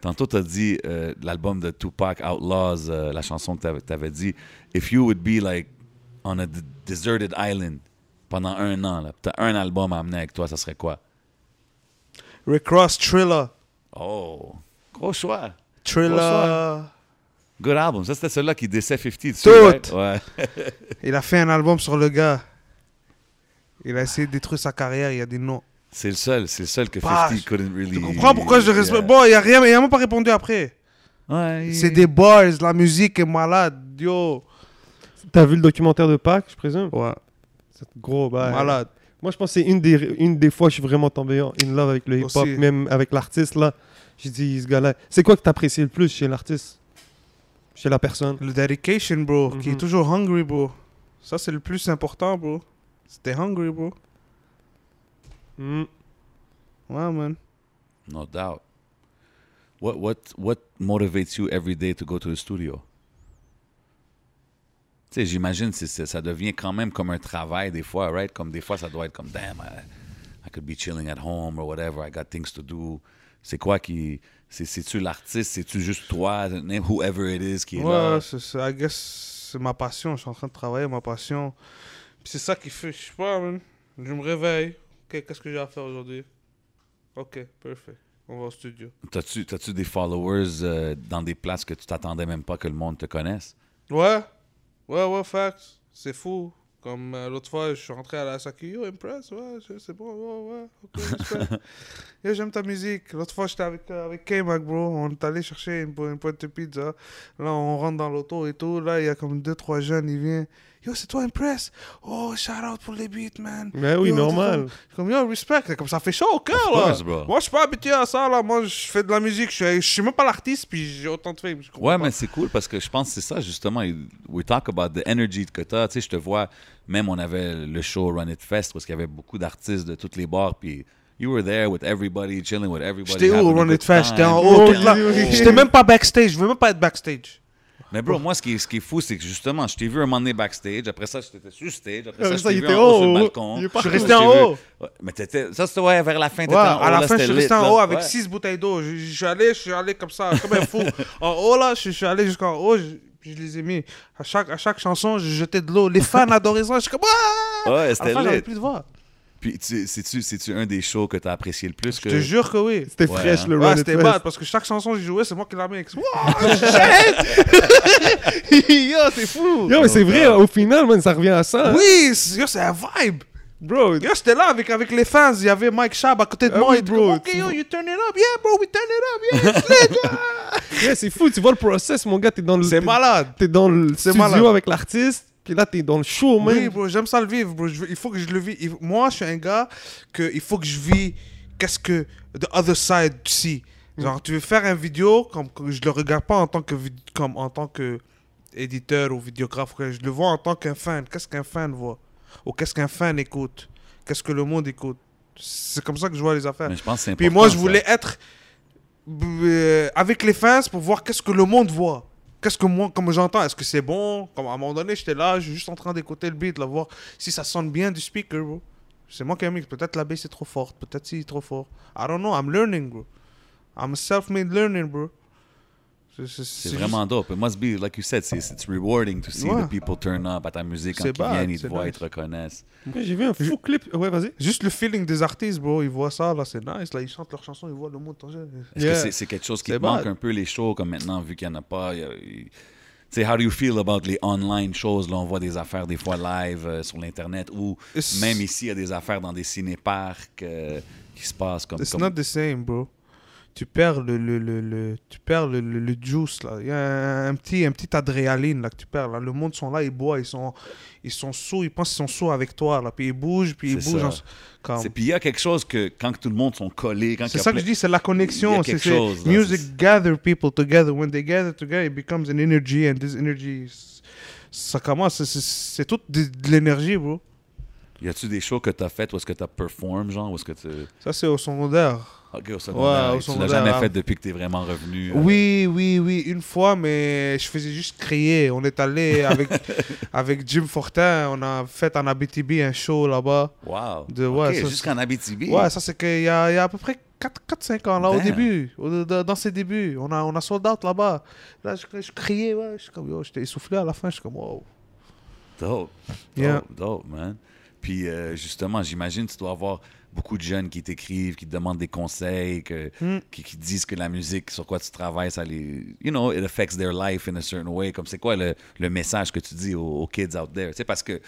S2: Tantôt, t'as dit euh, l'album de Tupac, Outlaws, euh, la chanson que t'avais- t'avais dit. If you would be like on a d- deserted island pendant un an, là, pis t'as un album à amener avec toi, ça serait quoi?
S3: Rick Ross, Thriller.
S2: Oh, gros choix.
S3: Thriller.
S2: Good album. Ça, c'était celui-là qui décède 50 dessus,
S3: Tout.
S2: right? Ouais.
S3: Il a fait un album sur le gars. Il a essayé de détruire sa carrière, il y a des noms.
S2: C'est le seul. C'est le seul que 50
S3: Bah,
S2: couldn't really...
S3: Tu comprends pourquoi je respecte. Bon, il a rien, il a même pas répondu après.
S2: Ouais.
S3: C'est des boys, la musique est malade, yo.
S1: T'as vu le documentaire de Pac, je présume
S3: Ouais,
S1: C'est gros, bah.
S3: malade.
S1: Moi, je pense que c'est une des, une des fois que je suis vraiment tombé en- in love avec le hip-hop,
S3: Aussi.
S1: même avec l'artiste, là. J'ai dit, ce gars-là... C'est quoi que t'apprécies le plus chez l'artiste Chez la personne
S3: Le dedication, bro, qui
S1: Mhm.
S3: est toujours hungry, bro. Ça, c'est le plus important, bro. C'était hungry, bro.
S1: Hmm.
S3: Ouais, man.
S2: No doubt. What, what, what motivates you every day to go to the studio? Tu sais, j'imagine que ça devient quand même comme un travail des fois, right? Comme des fois, ça doit être comme, damn, I, I could be chilling at home or whatever, I got things to do. C'est quoi qui... c'est- C'est-tu l'artiste? C'est-tu juste toi? name- Whoever it is qui est là?
S3: Ouais, c'est ça. I guess c'est ma passion. Je suis en train de travailler ma passion. Puis c'est ça qui fait, je sais pas, man. Je me réveille. Ok, qu'est-ce que j'ai à faire aujourd'hui? Ok, parfait. On va au studio.
S2: T'as-tu t'as-tu des followers euh, dans des places que tu t'attendais même pas que le monde te connaisse?
S3: Ouais, ouais, ouais, facts. C'est fou. Comme euh, l'autre fois, je suis rentré à la Saki, yo, Impress, ouais, je- c'est bon, ouais, ouais, ok, respect. Yo, j'aime ta musique. L'autre fois, j'étais avec, euh, avec K-Mac, bro. On est allé chercher une, po- une pointe de pizza. Là, on rentre dans l'auto et tout. Là, il y a comme deux, trois jeunes, ils viennent. Yo, c'est toi, Impress. Oh, shout out pour les beats, man.
S1: Mais Ben oui,
S3: Yo, t'es
S1: normal.
S3: Comme, t'es comme, yo, respect. Comme ça fait chaud au cœur, là.
S2: course, bro.
S3: Moi, je suis pas habitué à ça, là. Moi, je fais de la musique. Je suis- je suis même pas l'artiste, puis j'ai autant de films. Je comprends
S2: Ouais,
S3: pas.
S2: mais c'est cool parce que je pense que c'est ça, justement. Il- We talk about the energy que t'as. Tu sais, je te vois, même on avait le show Run It Fest parce qu'il y avait beaucoup d'artistes de toutes les bars. Puis you were there with everybody, chilling with everybody.
S3: J'étais où au
S2: having a
S3: Run
S2: good
S3: It Fest? J'étais en
S2: time.
S3: haut,
S1: Oh,
S3: tout là.
S1: oui, oui.
S3: J'étais même pas backstage. Je veux même pas être backstage.
S2: Mais bro, moi, ce qui, est- ce qui est fou, c'est que justement, je t'ai vu un moment donné backstage. Après ça, je t'étais sur stage. Après ça,
S1: Après
S2: je
S1: ça,
S2: t'ai
S1: il
S2: vu
S1: était
S2: en haut sur
S1: haut.
S2: le
S1: Il est
S2: balcon.
S1: parti.
S2: Après ça,
S1: Je
S3: restais
S2: t'ai
S3: en
S2: vu- Ouais, Mais t'étais... Ça, c'était ouais, vers la fin. t'étais
S3: Ouais,
S2: en haut,
S3: à la
S2: là,
S3: fin, je
S2: c'était
S3: suis resté
S2: lit,
S3: en haut
S2: là.
S3: avec
S2: Ouais.
S3: six bouteilles d'eau. Je je suis allé, je suis allé comme ça, comme un fou. En haut, là, je je suis allé jusqu'en haut. Je, je les ai mis. À chaque, à chaque chanson, je jetais de l'eau. Les fans adoraient ça. Je suis comme. Ah!
S2: Ouais,
S3: À la
S2: c'était
S3: fin, j'avais
S2: lit.
S3: plus de voix.
S2: Puis, tu- c'est-tu c'est-tu un des shows que t'as apprécié le plus?
S3: Je te
S2: que
S3: jure que oui.
S1: C'était
S2: Ouais,
S1: fraîche,
S2: hein.
S1: le
S3: Ouais,
S1: Run It
S3: c'était
S1: Fest.
S3: bad parce que chaque chanson que je jouais, c'est moi qui la mets. Wow, shit! Yo, c'est fou!
S1: Yo, mais c'est vrai, au final, man, ça revient à ça. hein.
S3: Oui, c'est yo, c'est un vibe!
S1: Bro,
S3: Yo, j'étais là avec, avec les fans. Il y avait Mike Shab à côté de
S1: Ah
S3: moi.
S1: oui,
S3: il était
S1: bro,
S3: comme, OK,
S1: tu
S3: yo,
S1: vois.
S3: you turn it up. Yeah, bro, we turn it up. Yeah, it's
S1: yeah, c'est fou. Tu vois le process, mon gars. T'es dans le,
S3: lit. C'est
S1: t'es-
S3: malade.
S1: t'es dans le
S3: C'est
S1: studio
S3: malade.
S1: avec l'artiste. Puis là, t'es dans le show, man.
S3: Oui, bro, j'aime ça le vivre, bro. Je veux- il faut que je le vis. Il- moi, je suis un gars que il faut que je vis qu'est-ce que the other side see. Genre, tu veux faire un vidéo, comme, comme je le regarde pas en tant que vid- comme en tant que éditeur ou vidéographe, que je le vois en tant qu'un fan. Qu'est-ce qu'un fan voit Ou qu'est-ce qu'un fan écoute Qu'est-ce que le monde écoute C'est comme ça que je vois les affaires.
S2: Mais je pense que c'est important.
S3: Puis moi, je
S2: ça.
S3: voulais être b- euh, avec les fans pour voir qu'est-ce que le monde voit. Qu'est-ce que moi, comme j'entends, est-ce que c'est bon Comme à un moment donné, j'étais là, je suis juste en train d'écouter le beat, là, voir si ça sonne bien du speaker, bro. C'est moi qui ai mix. Peut-être la baisse est trop forte, peut-être si est trop fort. I don't know, I'm learning, bro. I'm a self-made learning, bro. C'est- C'est
S2: C'est
S3: c'est
S2: vraiment dope. It must be, like you said, c'est it's rewarding to see
S3: Ouais.
S2: the people turn up à ta musique quand
S3: C'est
S2: ils
S3: bad,
S2: viennent, ils te
S3: c'est
S2: voient, ils
S3: nice.
S2: te reconnaissent.
S1: J'ai vu un fou clip. Ouais, vas-y.
S3: juste- Juste le feeling des artistes, bro. Ils voient ça, là, c'est nice. Là, ils chantent leurs chansons, ils voient le monde. changer.
S2: Est-ce
S1: Yeah.
S2: que c'est- c'est quelque chose qui te
S3: C'est
S2: manque
S3: bad.
S2: un peu les shows comme maintenant, vu qu'il n'y en a pas? il y a- il- Tu sais, how do you feel about les online shows? Là, on voit des affaires des fois live euh, sur l'Internet ou
S3: It's-
S2: même ici, il y a des affaires dans des cinéparcs euh, qui se passent comme...
S3: It's
S2: comme-
S3: not the same, bro. tu perds le, le, le, le- tu perds le, le- le juice là. Il y a un, un petit un petit adrénaline là que tu perds là. Le monde sont là, ils boivent, ils sont ils sont sous, ils pensent qu'ils sont sous avec toi là. Puis ils bougent, puis ils
S2: C'est
S3: bougent.
S2: ça.
S3: en- comme-
S2: C'est- Puis il y a quelque chose que quand tout le monde sont collés, quand il
S3: C'est
S2: y a
S3: ça que
S2: plein-
S3: je dis, c'est la
S2: Il y
S3: connexion.
S2: a
S3: C'est
S2: quelque
S3: c'est-
S2: chose, là,
S3: music
S2: c'est-
S3: gather people together. When they gather together, it becomes an energy, and this energy, s- ça commence, c'est- c'est- c'est toute de, de l'énergie, bro.
S2: Y a-tu des shows que t'as fait ou est-ce que t'as perform, genre, ou est-ce que tu.
S3: Ça c'est au secondaire.
S2: Ok, au secondaire.
S3: au
S2: et tu l'as
S3: secondaire,
S2: jamais
S3: hein.
S2: fait depuis que t'es vraiment revenu. euh,
S3: Oui, oui, oui, une fois, mais je faisais juste crier. On est allé avec avec Jim Fortin, on a fait en Abitibi un show là-bas.
S2: Wow.
S3: De- ouais,
S2: Ok,
S3: ça,
S2: Jusqu'en Abitibi.
S3: Ouais, ça c'est qu'il y a, il y a à peu près 4-5 ans, là, au
S2: Damn.
S3: début, au- de- dans ses débuts. On a, on a sold out là-bas. Là, je, je criais, ouais, je suis comme, yo, j'étais essoufflé à la fin, je suis comme, wow.
S2: Dope. Dope,
S3: Yeah.
S2: dope, man. Puis euh, justement, j'imagine que tu dois avoir beaucoup de jeunes qui t'écrivent, qui te demandent des conseils, que,
S3: Mm.
S2: qui, qui disent que la musique sur quoi tu travailles, ça les. You know, it affects their life in a certain way. Comme c'est quoi le, le message que tu dis aux, aux kids out there? Tu sais, parce que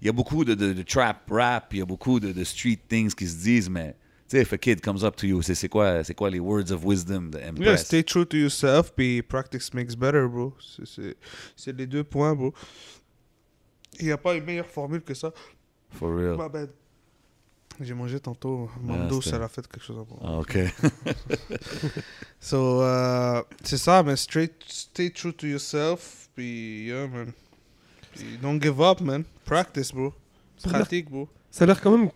S2: il y a beaucoup de, de- de trap rap, il y a beaucoup de, de street things qui se disent, mais. Tu sais, if a kid comes up to you, c'est c'est quoi, c'est quoi les words of wisdom de
S3: Yeah,
S2: Empress?
S3: stay true to yourself, puis practice makes better, bro. C'est- C'est c'est les deux points, bro. Il n'y a pas une meilleure formule que ça.
S2: For real.
S3: My bad. J'ai mangé tantôt.
S2: Ah,
S3: Mando,
S2: c'était-
S3: ça l'a fait quelque chose à moi.
S2: Ah, OK.
S3: So, euh, c'est ça, mais straight, stay true to yourself, puis yeah, man. Puis don't give up, man. Practice, bro.
S1: Ça a l'air-
S3: Pratique, bro.
S1: Ça a l'air quand même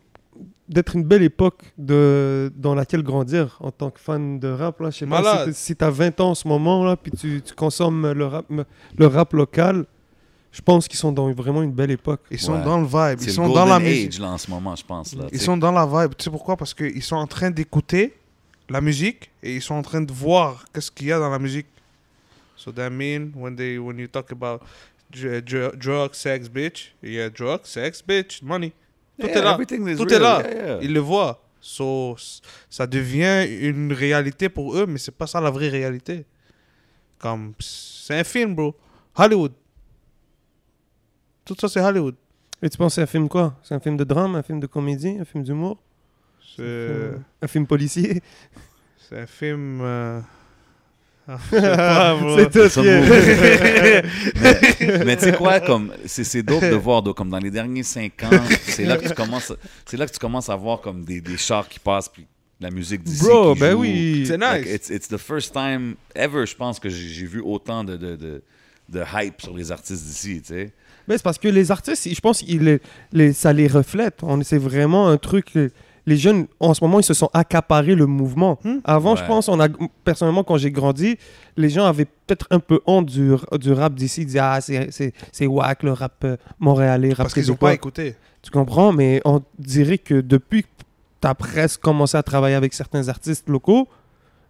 S1: d'être une belle époque de, dans laquelle grandir en tant que fan de rap. Là. Je sais pas
S3: Malade.
S1: si t'es- si t'as 20 ans en ce moment, là, puis tu, tu consommes le rap, le rap local, je pense qu'ils sont dans vraiment une belle époque.
S3: Ils sont
S2: Ouais.
S3: dans le vibe,
S2: C'est
S3: ils
S2: le
S3: sont dans la
S2: golden
S3: musique.
S2: age, là, en ce moment, je pense. Là, tu
S3: Ils
S2: sais.
S3: sont dans la vibe. Tu sais pourquoi Parce qu'ils sont en train d'écouter la musique et ils sont en train de voir qu'est-ce qu'il y a dans la musique. So that mean when they when you talk about dr- dr- drug, sex, bitch, yeah, drug, sex, bitch, money. Tout
S2: Yeah,
S3: est là.
S2: everything is
S3: Tout
S2: real.
S3: est là.
S2: Yeah, yeah.
S3: Ils le voient. So, s- ça devient une réalité pour eux, mais c'est pas ça la vraie réalité. Comme c'est un film, bro. Hollywood. Tout ça c'est Hollywood.
S1: Et tu penses c'est un film quoi C'est un film de drame, un film de comédie, un film d'humour
S3: C'est
S1: Un film policier
S3: c'est un film. euh,
S1: C'est tout.
S2: C'est ça le
S1: yeah.
S2: Mais tu sais quoi, comme c'est c'est dope de voir, de- comme dans les derniers cinq ans, c'est là que tu commences, c'est là que tu commences à voir comme des, des chars qui passent puis la musique d'ici.
S1: Bro,
S2: qui
S1: ben
S2: joue.
S1: oui.
S3: C'est
S2: Like,
S3: nice.
S2: it's, it's the first time ever, je pense que j'ai j'ai vu autant de, de, de, de hype sur les artistes d'ici, tu sais.
S1: Mais c'est parce que les artistes, ils- je pense que les, les- ça les reflète. On- C'est vraiment un truc. Les, les jeunes, en ce moment, ils se sont accaparés le mouvement.
S3: Hmm.
S1: Avant, je
S2: Ouais.
S1: pense, on a, personnellement, quand j'ai grandi, les gens avaient peut-être un peu honte du, du rap d'ici. Ils disaient, ah, c'est- c'est c'est whack, le rap euh, montréalais, rap
S3: Parce qu'ils ont
S1: québécois.
S3: pas écouté.
S1: Tu comprends, mais on dirait que depuis que tu as presque commencé à travailler avec certains artistes locaux,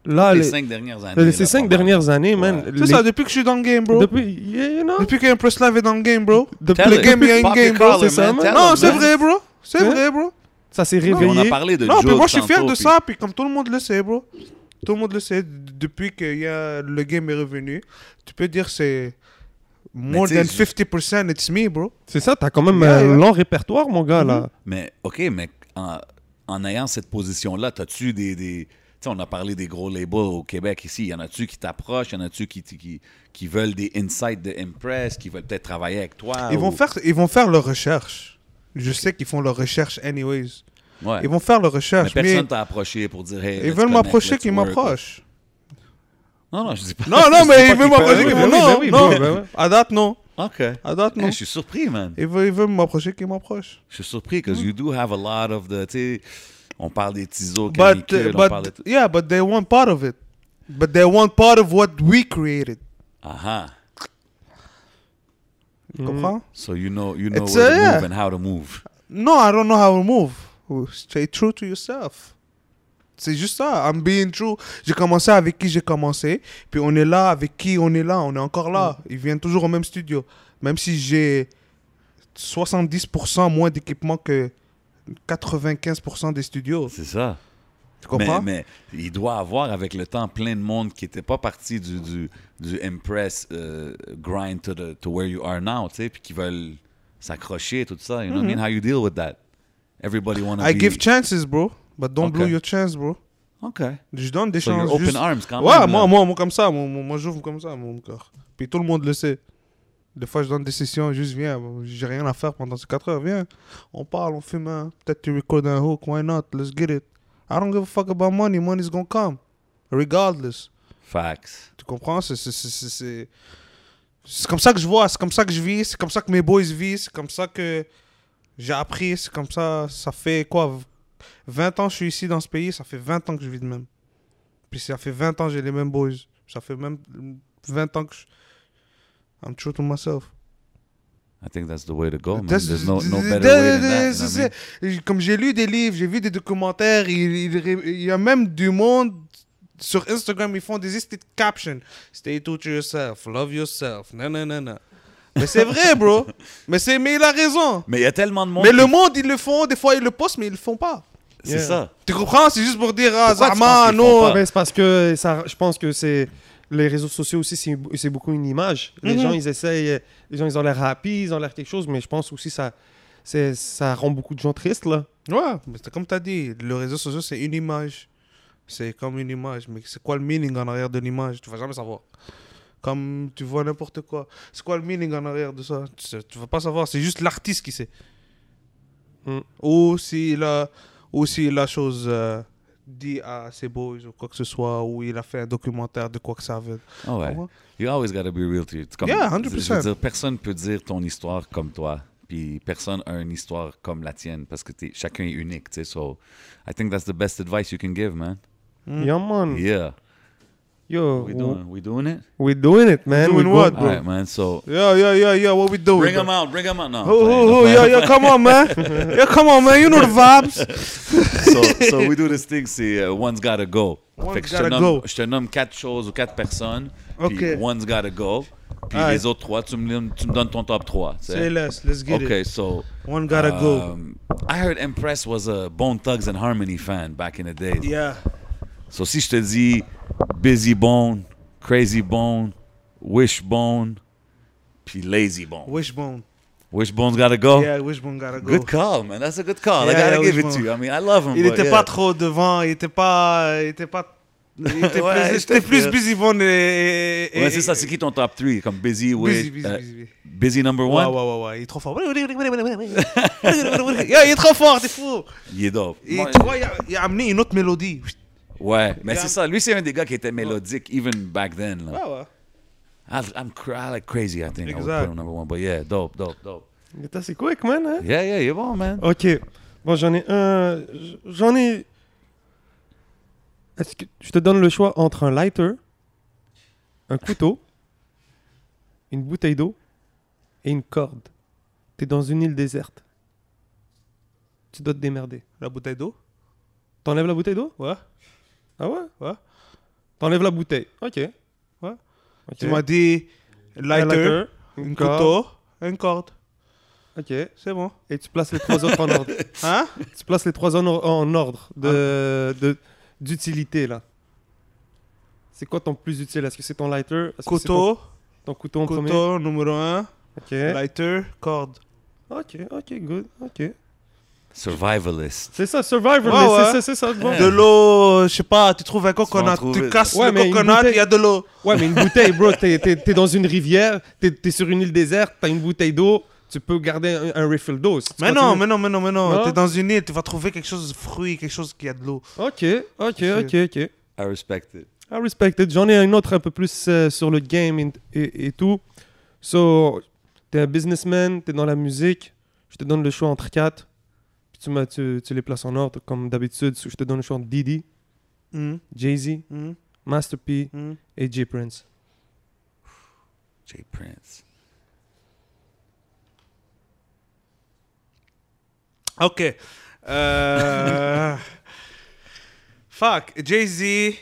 S3: Ah,
S1: là,
S2: Les
S1: les-
S2: cinq dernières
S3: euh,
S2: années.
S1: les-
S2: là,
S1: ces
S2: pas
S1: cinq
S2: mal.
S1: dernières années, man.
S2: Ouais.
S3: C'est
S1: les-
S3: ça, depuis que je suis dans le game, bro. Depuis,
S1: Depuis, yeah, you know,
S3: que Empress Live est dans le game, bro.
S1: depuis
S2: Tell
S1: le
S2: it.
S1: game,
S3: game, il y a une
S2: Pop
S3: game,
S2: your
S3: bro,
S2: collar,
S1: c'est ça,
S2: man,
S1: man.
S2: tell
S3: Non,
S2: them,
S3: c'est
S2: man.
S3: vrai, bro. C'est
S1: Hein?
S3: vrai, bro.
S1: ça s'est
S2: Mais On a
S1: réveillé.
S2: parlé de
S3: Non, mais
S2: Jules
S3: moi, je suis fier
S2: tantôt,
S3: de
S2: puis-
S3: ça, puis comme tout le monde le sait, bro. Tout le monde le sait, d- depuis que y a- le game est revenu, tu peux dire c'est more
S2: tu sais,
S3: than
S2: je-
S3: 50% it's me, bro.
S1: C'est ça, t'as quand même
S3: Yeah,
S1: un
S3: yeah.
S1: long répertoire, mon gars, là.
S2: Mais, OK, mais en, en ayant cette position-là, t'as-tu des. des tu sais, on a parlé des gros labels au Québec ici. Y en a-tu qui t'approchent? Y en a-tu qui, qui, qui veulent des insights de Impress, qui veulent peut-être travailler avec toi?
S3: Ils, vont
S2: ou-
S3: faire, ils vont faire leur recherche. Je sais qu'ils font leur recherche anyways.
S2: Ouais.
S3: Ils vont faire leur
S2: mais
S3: recherche, mais,
S2: personne t'a approché pour dire. Hey,
S3: ils
S2: let's
S3: veulent
S2: connect,
S3: m'approcher
S2: let's
S3: qu'ils
S2: work.
S3: m'approchent.
S2: Non, non, je dis pas.
S3: Non, non, mais ils veulent
S1: peuvent.
S3: m'approcher qu'ils
S1: Oui, oui,
S3: m'approchent.
S1: oui,
S2: Ben
S3: Non,
S1: oui,
S3: non,
S1: oui.
S3: à date, non.
S2: OK.
S3: À date,
S2: Hey,
S3: non.
S2: je suis surpris, man.
S3: Ils veulent, ils veulent m'approcher qu'ils m'approchent.
S2: Je suis surpris, parce que you do have a lot of the. Tu sais, on parle des tisos,
S3: but
S2: canicules, on parle de.
S3: but yeah, but they want part of it. But they want part of what we created.
S2: Ah ah. Mhm.
S3: Tu comprends?
S2: So you know, you know
S3: It's,
S2: where to
S3: uh,
S2: move and how to move.
S3: No, I don't know how to move. Stay true to yourself. C'est juste ça. I'm being true. J'ai commencé avec qui j'ai commencé. Puis on est là avec qui on est là. On est encore là.
S2: Mm.
S3: Ils viennent toujours au même studio. Même si j'ai 70% moins d'équipement que 95% des studios.
S2: C'est ça.
S3: Tu comprends?
S2: Mais, mais il doit avoir avec le temps plein de monde qui n'était pas parti du, du, du impress euh, grind to, the, to where you are now, tu sais, puis qui veulent s'accrocher, tout ça. You know what I mean? How you deal with that? Everybody want to
S3: Mm-hmm. I
S2: be...
S3: give chances, bro. But don't blow
S2: Okay.
S3: your chance, bro.
S2: OK.
S3: Je donne des
S2: So you're
S3: chances.
S2: open
S3: juste-
S2: arms quand
S3: Ouais,
S2: même. là.
S3: moi, moi, moi, comme ça, moi, moi, moi, j'ouvre comme ça, mon cœur. Puis tout le monde le sait. Des fois, je donne des sessions, juste viens, j'ai rien à faire pendant ces 4 heures, viens. On parle, on fume, hein. peut-être tu recordes un hook, why not, let's get it. I don't give a fuck about money, money's gonna come. Regardless.
S2: Facts.
S3: Tu comprends? C'est, c'est, c'est, c'est, c'est- c'est comme ça que je vois, c'est comme ça que je vis, c'est comme ça que mes boys vivent, c'est comme ça que j'ai appris, c'est comme ça, ça fait quoi? 20 ans que je suis ici dans ce pays, ça fait 20 ans que je vis de même. Puis ça fait 20 ans que j'ai les mêmes boys. Ça fait même 20 ans que je... I'm true to myself.
S2: I think that's the way to go, man.
S3: That's-
S2: There's no, no better way than
S3: that's-
S2: that.
S3: that's-
S2: you know what I mean?
S3: that's- Comme j'ai lu des livres, j'ai vu des documentaires, il, il- il y a même du monde sur Instagram, ils font des petites captions. Stay true to yourself, love yourself, nanana. Mais c'est vrai, bro. Mais, c'est, mais il a raison.
S2: Mais il y a tellement de monde.
S3: Mais
S2: qui-
S3: le monde, ils le font, des fois ils le postent, mais ils le font pas.
S2: C'est
S1: Yeah.
S2: ça.
S3: Tu comprends C'est juste pour dire, ah,
S2: Pourquoi tu penses
S3: Zama,
S2: qu'ils font
S3: non.
S2: pas
S1: Ouais, Ben, c'est parce que ça, je pense que c'est les réseaux sociaux aussi, c'est c'est beaucoup une image. Les
S3: Mhm.
S1: gens, ils essayent, les gens, ils ont l'air happy, ils ont l'air quelque chose, mais je pense aussi ça, c'est ça rend beaucoup de gens tristes là.
S3: Ouais, mais c'est comme tu as dit, le réseau social, c'est une image. C'est comme une image, mais c'est quoi le meaning en arrière de l'image Tu vas jamais savoir. Comme tu vois n'importe quoi. C'est quoi le meaning en arrière de ça Tu sais- Tu vas pas savoir, c'est juste l'artiste qui sait.
S2: Hmm.
S1: Mm.
S3: Ou s'il a, ou s'il a chose euh, dit à ses boys ou quoi que ce soit, ou il a fait un documentaire de quoi que ça veut.
S2: Ah ouais.
S3: Comprends?
S2: You always gotta be real to you. Comme-
S3: Yeah,
S2: Je
S3: 100%.
S2: veux dire, personne peut dire ton histoire comme toi. Puis personne a une histoire comme la tienne parce que t'es- chacun est unique, tu sais. So, I think that's the best advice you can give, man.
S1: Yeah, man.
S3: Mm.
S2: Yeah.
S1: Yo, we
S2: We doing, we doing it?
S1: we're doing it, man.
S3: Doing
S1: We're
S3: what,
S1: going-
S2: All right, man. So,
S3: Yo, yo, yo, yo, what we doing
S2: bring
S3: bro?
S2: them out, bring them out. No, I'm
S3: Oh,
S2: playing, I'm
S3: oh, oh,
S2: playing.
S3: yo, yo, come on, man. yo, come on, man. You know the vibes.
S2: so, so we do this thing, c'est euh, one's gotta go.
S3: One's
S2: fait que je te,
S3: gotta
S2: nomme,
S3: go.
S2: je te nomme quatre choses ou quatre personnes. Puis
S3: Ok.
S2: one's gotta go. Puis
S3: Alright.
S2: les autres trois, tu me, donnes- tu me donnes ton top 3.
S3: Say less. Let's get
S2: Okay,
S3: it.
S2: so
S3: One gotta go.
S2: um, I heard Empress was a Bone Thugs and Harmony fan back in the days.
S3: Yeah.
S2: So si je te dis Busy Bone, Crazy Bone, Wishbone, puis Lazy Bone.
S3: Wishbone.
S2: Wishbone's gotta go.
S3: Yeah, Wishbone gotta go.
S2: Oh. Good call, man. That's a good call. I
S3: Yeah,
S2: gotta
S3: yeah,
S2: give it
S3: Wishbone.
S2: to you. I mean, I love him.
S3: Il
S2: but
S3: était
S2: bah, yeah.
S3: pas trop devant. Il était pas. Il était pas. Il était
S2: Ouais,
S3: plus,
S2: je
S3: c'était
S2: te
S3: plus
S2: fais.
S3: busy Bone et. et-
S2: Ouais, c'est
S3: et-
S2: ça. C'est qui ton top 3? Comme Busy, Wish,
S3: Busy, busy,
S2: euh,
S3: busy.
S2: Busy number
S3: Ouais, ouais,
S2: one?
S3: ouais, ouais. Il est trop fort. Yo, il est trop fort, t'es fou.
S2: Il est dope.
S3: Et
S2: Moi,
S3: tu vois, il a, il a amené une autre mélodie.
S2: Ouais, mais
S3: Yeah.
S2: c'est ça. Lui, c'est un des gars qui était mélodique, even back then. là.
S3: Ouais, ouais.
S2: I, I'm cr- I like crazy. I think I would put
S3: Exact.
S2: him number one, but yeah, dope, dope, dope.
S1: Mais t'as, C'est quick, man. hein?
S2: Yeah, yeah, you're on, man.
S1: Ok. Bon, j'en ai un. J'en ai. Est-ce que je te donne le choix entre un lighter, un couteau, une bouteille d'eau et une corde. T'es dans une île déserte. Tu dois te démerder.
S3: La bouteille d'eau.
S1: T'enlèves la bouteille d'eau
S3: Ouais.
S1: Ah ouais
S3: Ouais.
S1: T'enlèves la bouteille. Ok. Ouais. Ok.
S3: Tu m'as dit
S1: Un
S3: lighter,
S1: une
S3: une
S1: corde.
S3: couteau, une corde.
S1: Ok. Et
S3: C'est bon.
S1: tu places les trois autres en ordre.
S3: Hein?
S1: Tu places les trois en, or- en ordre de,
S3: Ah.
S1: de- d'utilité là. C'est quoi ton plus utile Est-ce que c'est ton lighter Est-ce que c'est
S3: Couteau,
S1: ton, ton couteau en premier
S3: couteau numéro 1,
S1: Ok.
S3: lighter, corde.
S1: Ok, ok, good. Ok.
S2: Survivalist.
S1: C'est ça, survivor.
S3: Ouais,
S1: mais
S3: ouais.
S1: C'est, ça, c'est ça. bon.
S3: De l'eau, je sais pas, tu trouves un coconut,
S2: trouve-
S3: tu casses
S1: Ouais, mais
S3: le
S1: une
S3: coconut,
S1: bouteille-
S3: il y a de l'eau.
S1: Ouais, mais une bouteille, bro. T'es, t'es- t'es dans une rivière, t'es, t'es sur une île déserte, t'as une bouteille d'eau, tu peux garder un, un refill d'eau. si tu
S3: Mais non,
S1: continues.
S3: mais non, mais non, mais non,
S1: Non.
S3: t'es dans une île, tu vas trouver quelque chose de fruit, quelque chose qui a de l'eau.
S1: Ok, ok, ok, ok.
S2: I respect it.
S1: I respect it. Ah, J'en ai un autre un peu plus euh, sur le game et, et- et tout. So, t'es un businessman, t'es dans la musique. Je te donne le choix entre quatre. Puis tu, m'as- tu, tu les places en ordre, comme d'habitude. So, je te donne le choix entre Didi,
S3: Hum,
S1: Jay-Z,
S3: hum,
S1: Master P
S3: hum.
S1: et J Prince.
S2: Jay Prince.
S3: Ok. Euh... Fuck, Jay-Z.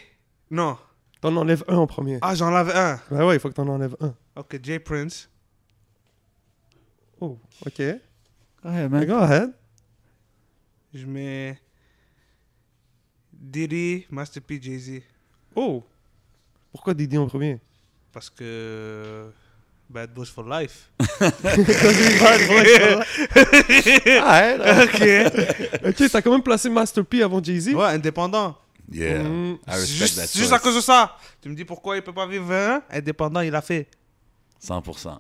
S3: Non.
S1: T'en enlèves un en premier.
S3: Ah, j'en lave un.
S1: Bah ouais, il faut que t'en enlèves un.
S3: Ok, Jay Prince.
S1: Oh, ok.
S2: Go ahead,
S1: Go ahead.
S3: Je mets. Diddy, Master P, Jay-Z.
S1: Oh. Pourquoi Didi en premier
S3: Parce que. euh, Bad Boys for Life.
S2: All right.
S3: ok.
S1: Ok, t'as quand même placé Master P avant Jay-Z.
S3: Ouais, indépendant.
S2: Yeah.
S1: Mm.
S2: I respect
S3: C'est Mm-hmm. juste,
S2: that
S3: c'est juste à
S2: choice.
S3: cause de ça. Tu me dis pourquoi il peut pas vivre hein? indépendant, il a fait.
S2: 100%.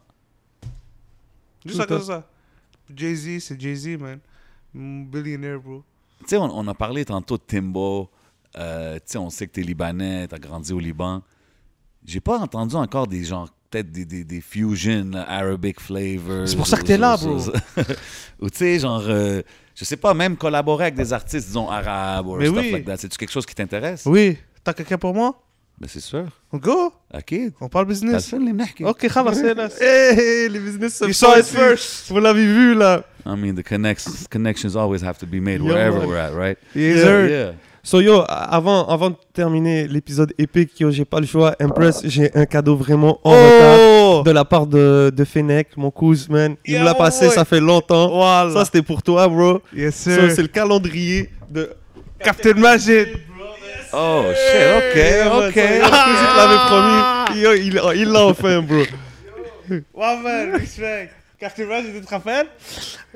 S3: Juste
S1: Tout
S3: à
S1: à-
S3: cause de ça. Jay-Z, c'est Jay-Z, man. Mm, Billionaire, bro.
S2: Tu sais, on, on a parlé tantôt de Timbo. Euh, tu sais, on sait que t'es Libanais, t'as grandi au Liban. J'ai pas entendu encore des gens, peut-être des, des, des fusion, là, Arabic flavors.
S3: C'est pour ça que t'es là, bro.
S2: Ou tu sais, genre, euh, je sais pas, même collaborer avec des artistes, disons, arabes ou
S3: Mais
S2: stuff
S3: oui.
S2: like that. C'est-tu quelque chose qui t'intéresse?
S3: Oui, t'as quelqu'un pour moi
S2: Ben, c'est sûr.
S3: On go
S2: Akid.
S3: On parle
S2: T'as le
S3: business.
S2: seul, les mnachki.
S3: Ok, خلاص là.
S1: Hey, les business se
S3: You saw it
S1: passent.
S3: first.
S1: Vous l'avez vu là.
S2: I mean, the connects, connections always have to be made
S1: Yeah,
S2: wherever
S1: man.
S2: we're at, right?
S3: Yes,
S1: Yeah.
S3: sir.
S2: Yeah.
S1: So yo, a- avant, avant de terminer l'épisode épique, yo, j'ai pas le choix. Impress, j'ai un cadeau vraiment en retard
S3: Oh
S1: de la part de, de Fennec, mon cousin, man. Il
S3: Yeah,
S1: me l'a
S3: ouais,
S1: passé,
S3: ouais. Oh
S1: ça fait longtemps. Ça,
S3: Voilà.
S1: c'était pour toi, bro.
S3: yes,
S1: So,
S3: sir.
S1: c'est le calendrier de.
S3: Captain Majid.
S2: Oh, shit, OK,
S1: Ouais,
S2: OK.
S1: ça, yo, cousin, il l'avait promis. Yo, il- il l'a enfin, bro.
S3: Ouais, man, respect. Captain Majid, tu te rappelles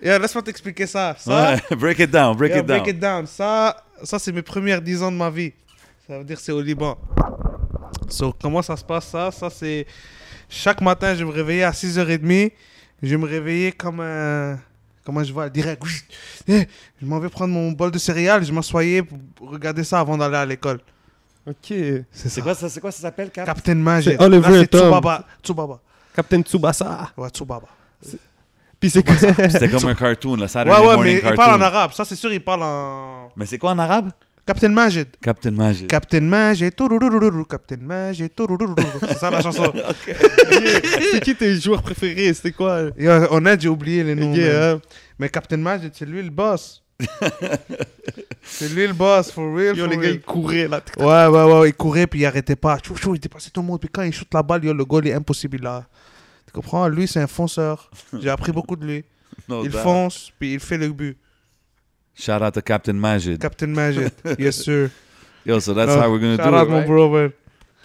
S3: Yeah, Laisse-moi t'expliquer ça. Ça,
S2: Ouais, break it down, break
S3: yeah,
S2: it down.
S3: break it down. Ça, ça c'est mes premières 10 ans de ma vie. Ça veut dire que c'est au Liban. So, comment ça se passe ça Ça, c'est. Chaque matin, je me réveillais à 6h30. Je me réveillais comme un. Comment je vois Direct. Eh, Je m'en vais prendre mon bol de céréales. Je m'assoyais pour regarder ça avant d'aller à l'école.
S1: Ok.
S2: C'est quoi ça, c'est quoi ça s'appelle, Cap?
S3: Captain Magic.
S1: C'est Oliver
S3: Là,
S1: et
S3: c'est
S1: Tom.
S3: Tsubaba. Tsubaba.
S1: Captain Tsubasa.
S3: Ouais, Tsubaba.
S1: Puis c'est quoi
S2: C'était comme un cartoon, là,
S3: Ouais,
S2: Saturday
S3: ouais, mais
S2: morning
S3: il
S2: cartoon.
S3: parle en arabe. Ça, c'est sûr, il parle en.
S2: mais c'est quoi en arabe?
S3: Captain Majid.
S2: Captain Magic.
S3: Captain Magic. tourourourourou, Captain Magic. tourourourourou. C'est ça la chanson.
S1: C'est qui tes joueurs préférés C'était quoi
S3: Et euh, on a j'ai oublié les noms.
S1: Yeah,
S3: man.
S1: hein.
S3: Mais Captain Magic, c'est lui le boss. c'est lui le boss, for real.
S1: Yo,
S3: for
S1: les gars,
S3: real.
S1: ils couraient là.
S3: Ouais, ouais, ouais, il courait puis il arrêtait pas. Chou, chou, il dépassait tout le monde. Puis quand il shoot la balle, yo, le goal est impossible là. Tu comprends? Lui, c'est un fonceur. J'ai appris beaucoup de lui.
S1: Oh,
S2: No
S3: Il
S2: doubt.
S3: fonce, puis il fait le but.
S2: Shout out to Captain Majid.
S3: Captain Magic, yes sir.
S2: Yo, so that's
S3: No,
S2: how we're gonna
S3: Shout
S2: do
S3: out
S2: it,
S3: mon
S2: right?
S3: bro, man.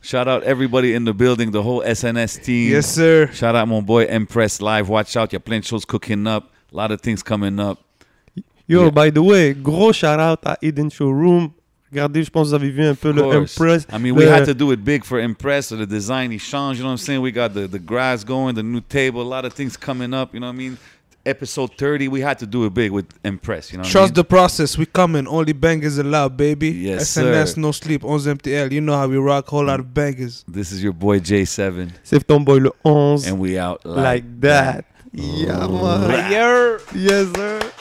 S2: Shout out everybody in the building, the whole SNS
S1: Mm.
S2: team.
S3: Yes sir.
S2: Shout out mon boy Empress Live. Watch out, y'a plein de choses cooking up. A lot of things coming up.
S1: Yo,
S2: Yeah.
S1: by the way, gros shout out à Hidden Showroom. Regardez, je pense que vous avez vu un peu le
S2: course.
S1: Impress.
S2: I mean, we
S1: le-
S2: had to do it big for Impress. So the design, he changed. You know what I'm saying? We got the, the grass going, the new table, a lot of things coming up. You know what I mean? Episode 30, we had to do it big with Impress. You know what
S3: Trust
S2: I
S3: the process. We coming. Only bangers allowed, baby.
S2: Yes,
S3: SNS,
S2: sir.
S3: no sleep. 11 MTL. You know how we rock. Whole lot of bangers.
S2: mean? This is your boy J7,
S1: C'est ton boy le 11.
S2: and we out
S1: like that. Yeah, man.
S3: Ayer.
S1: Yes, sir.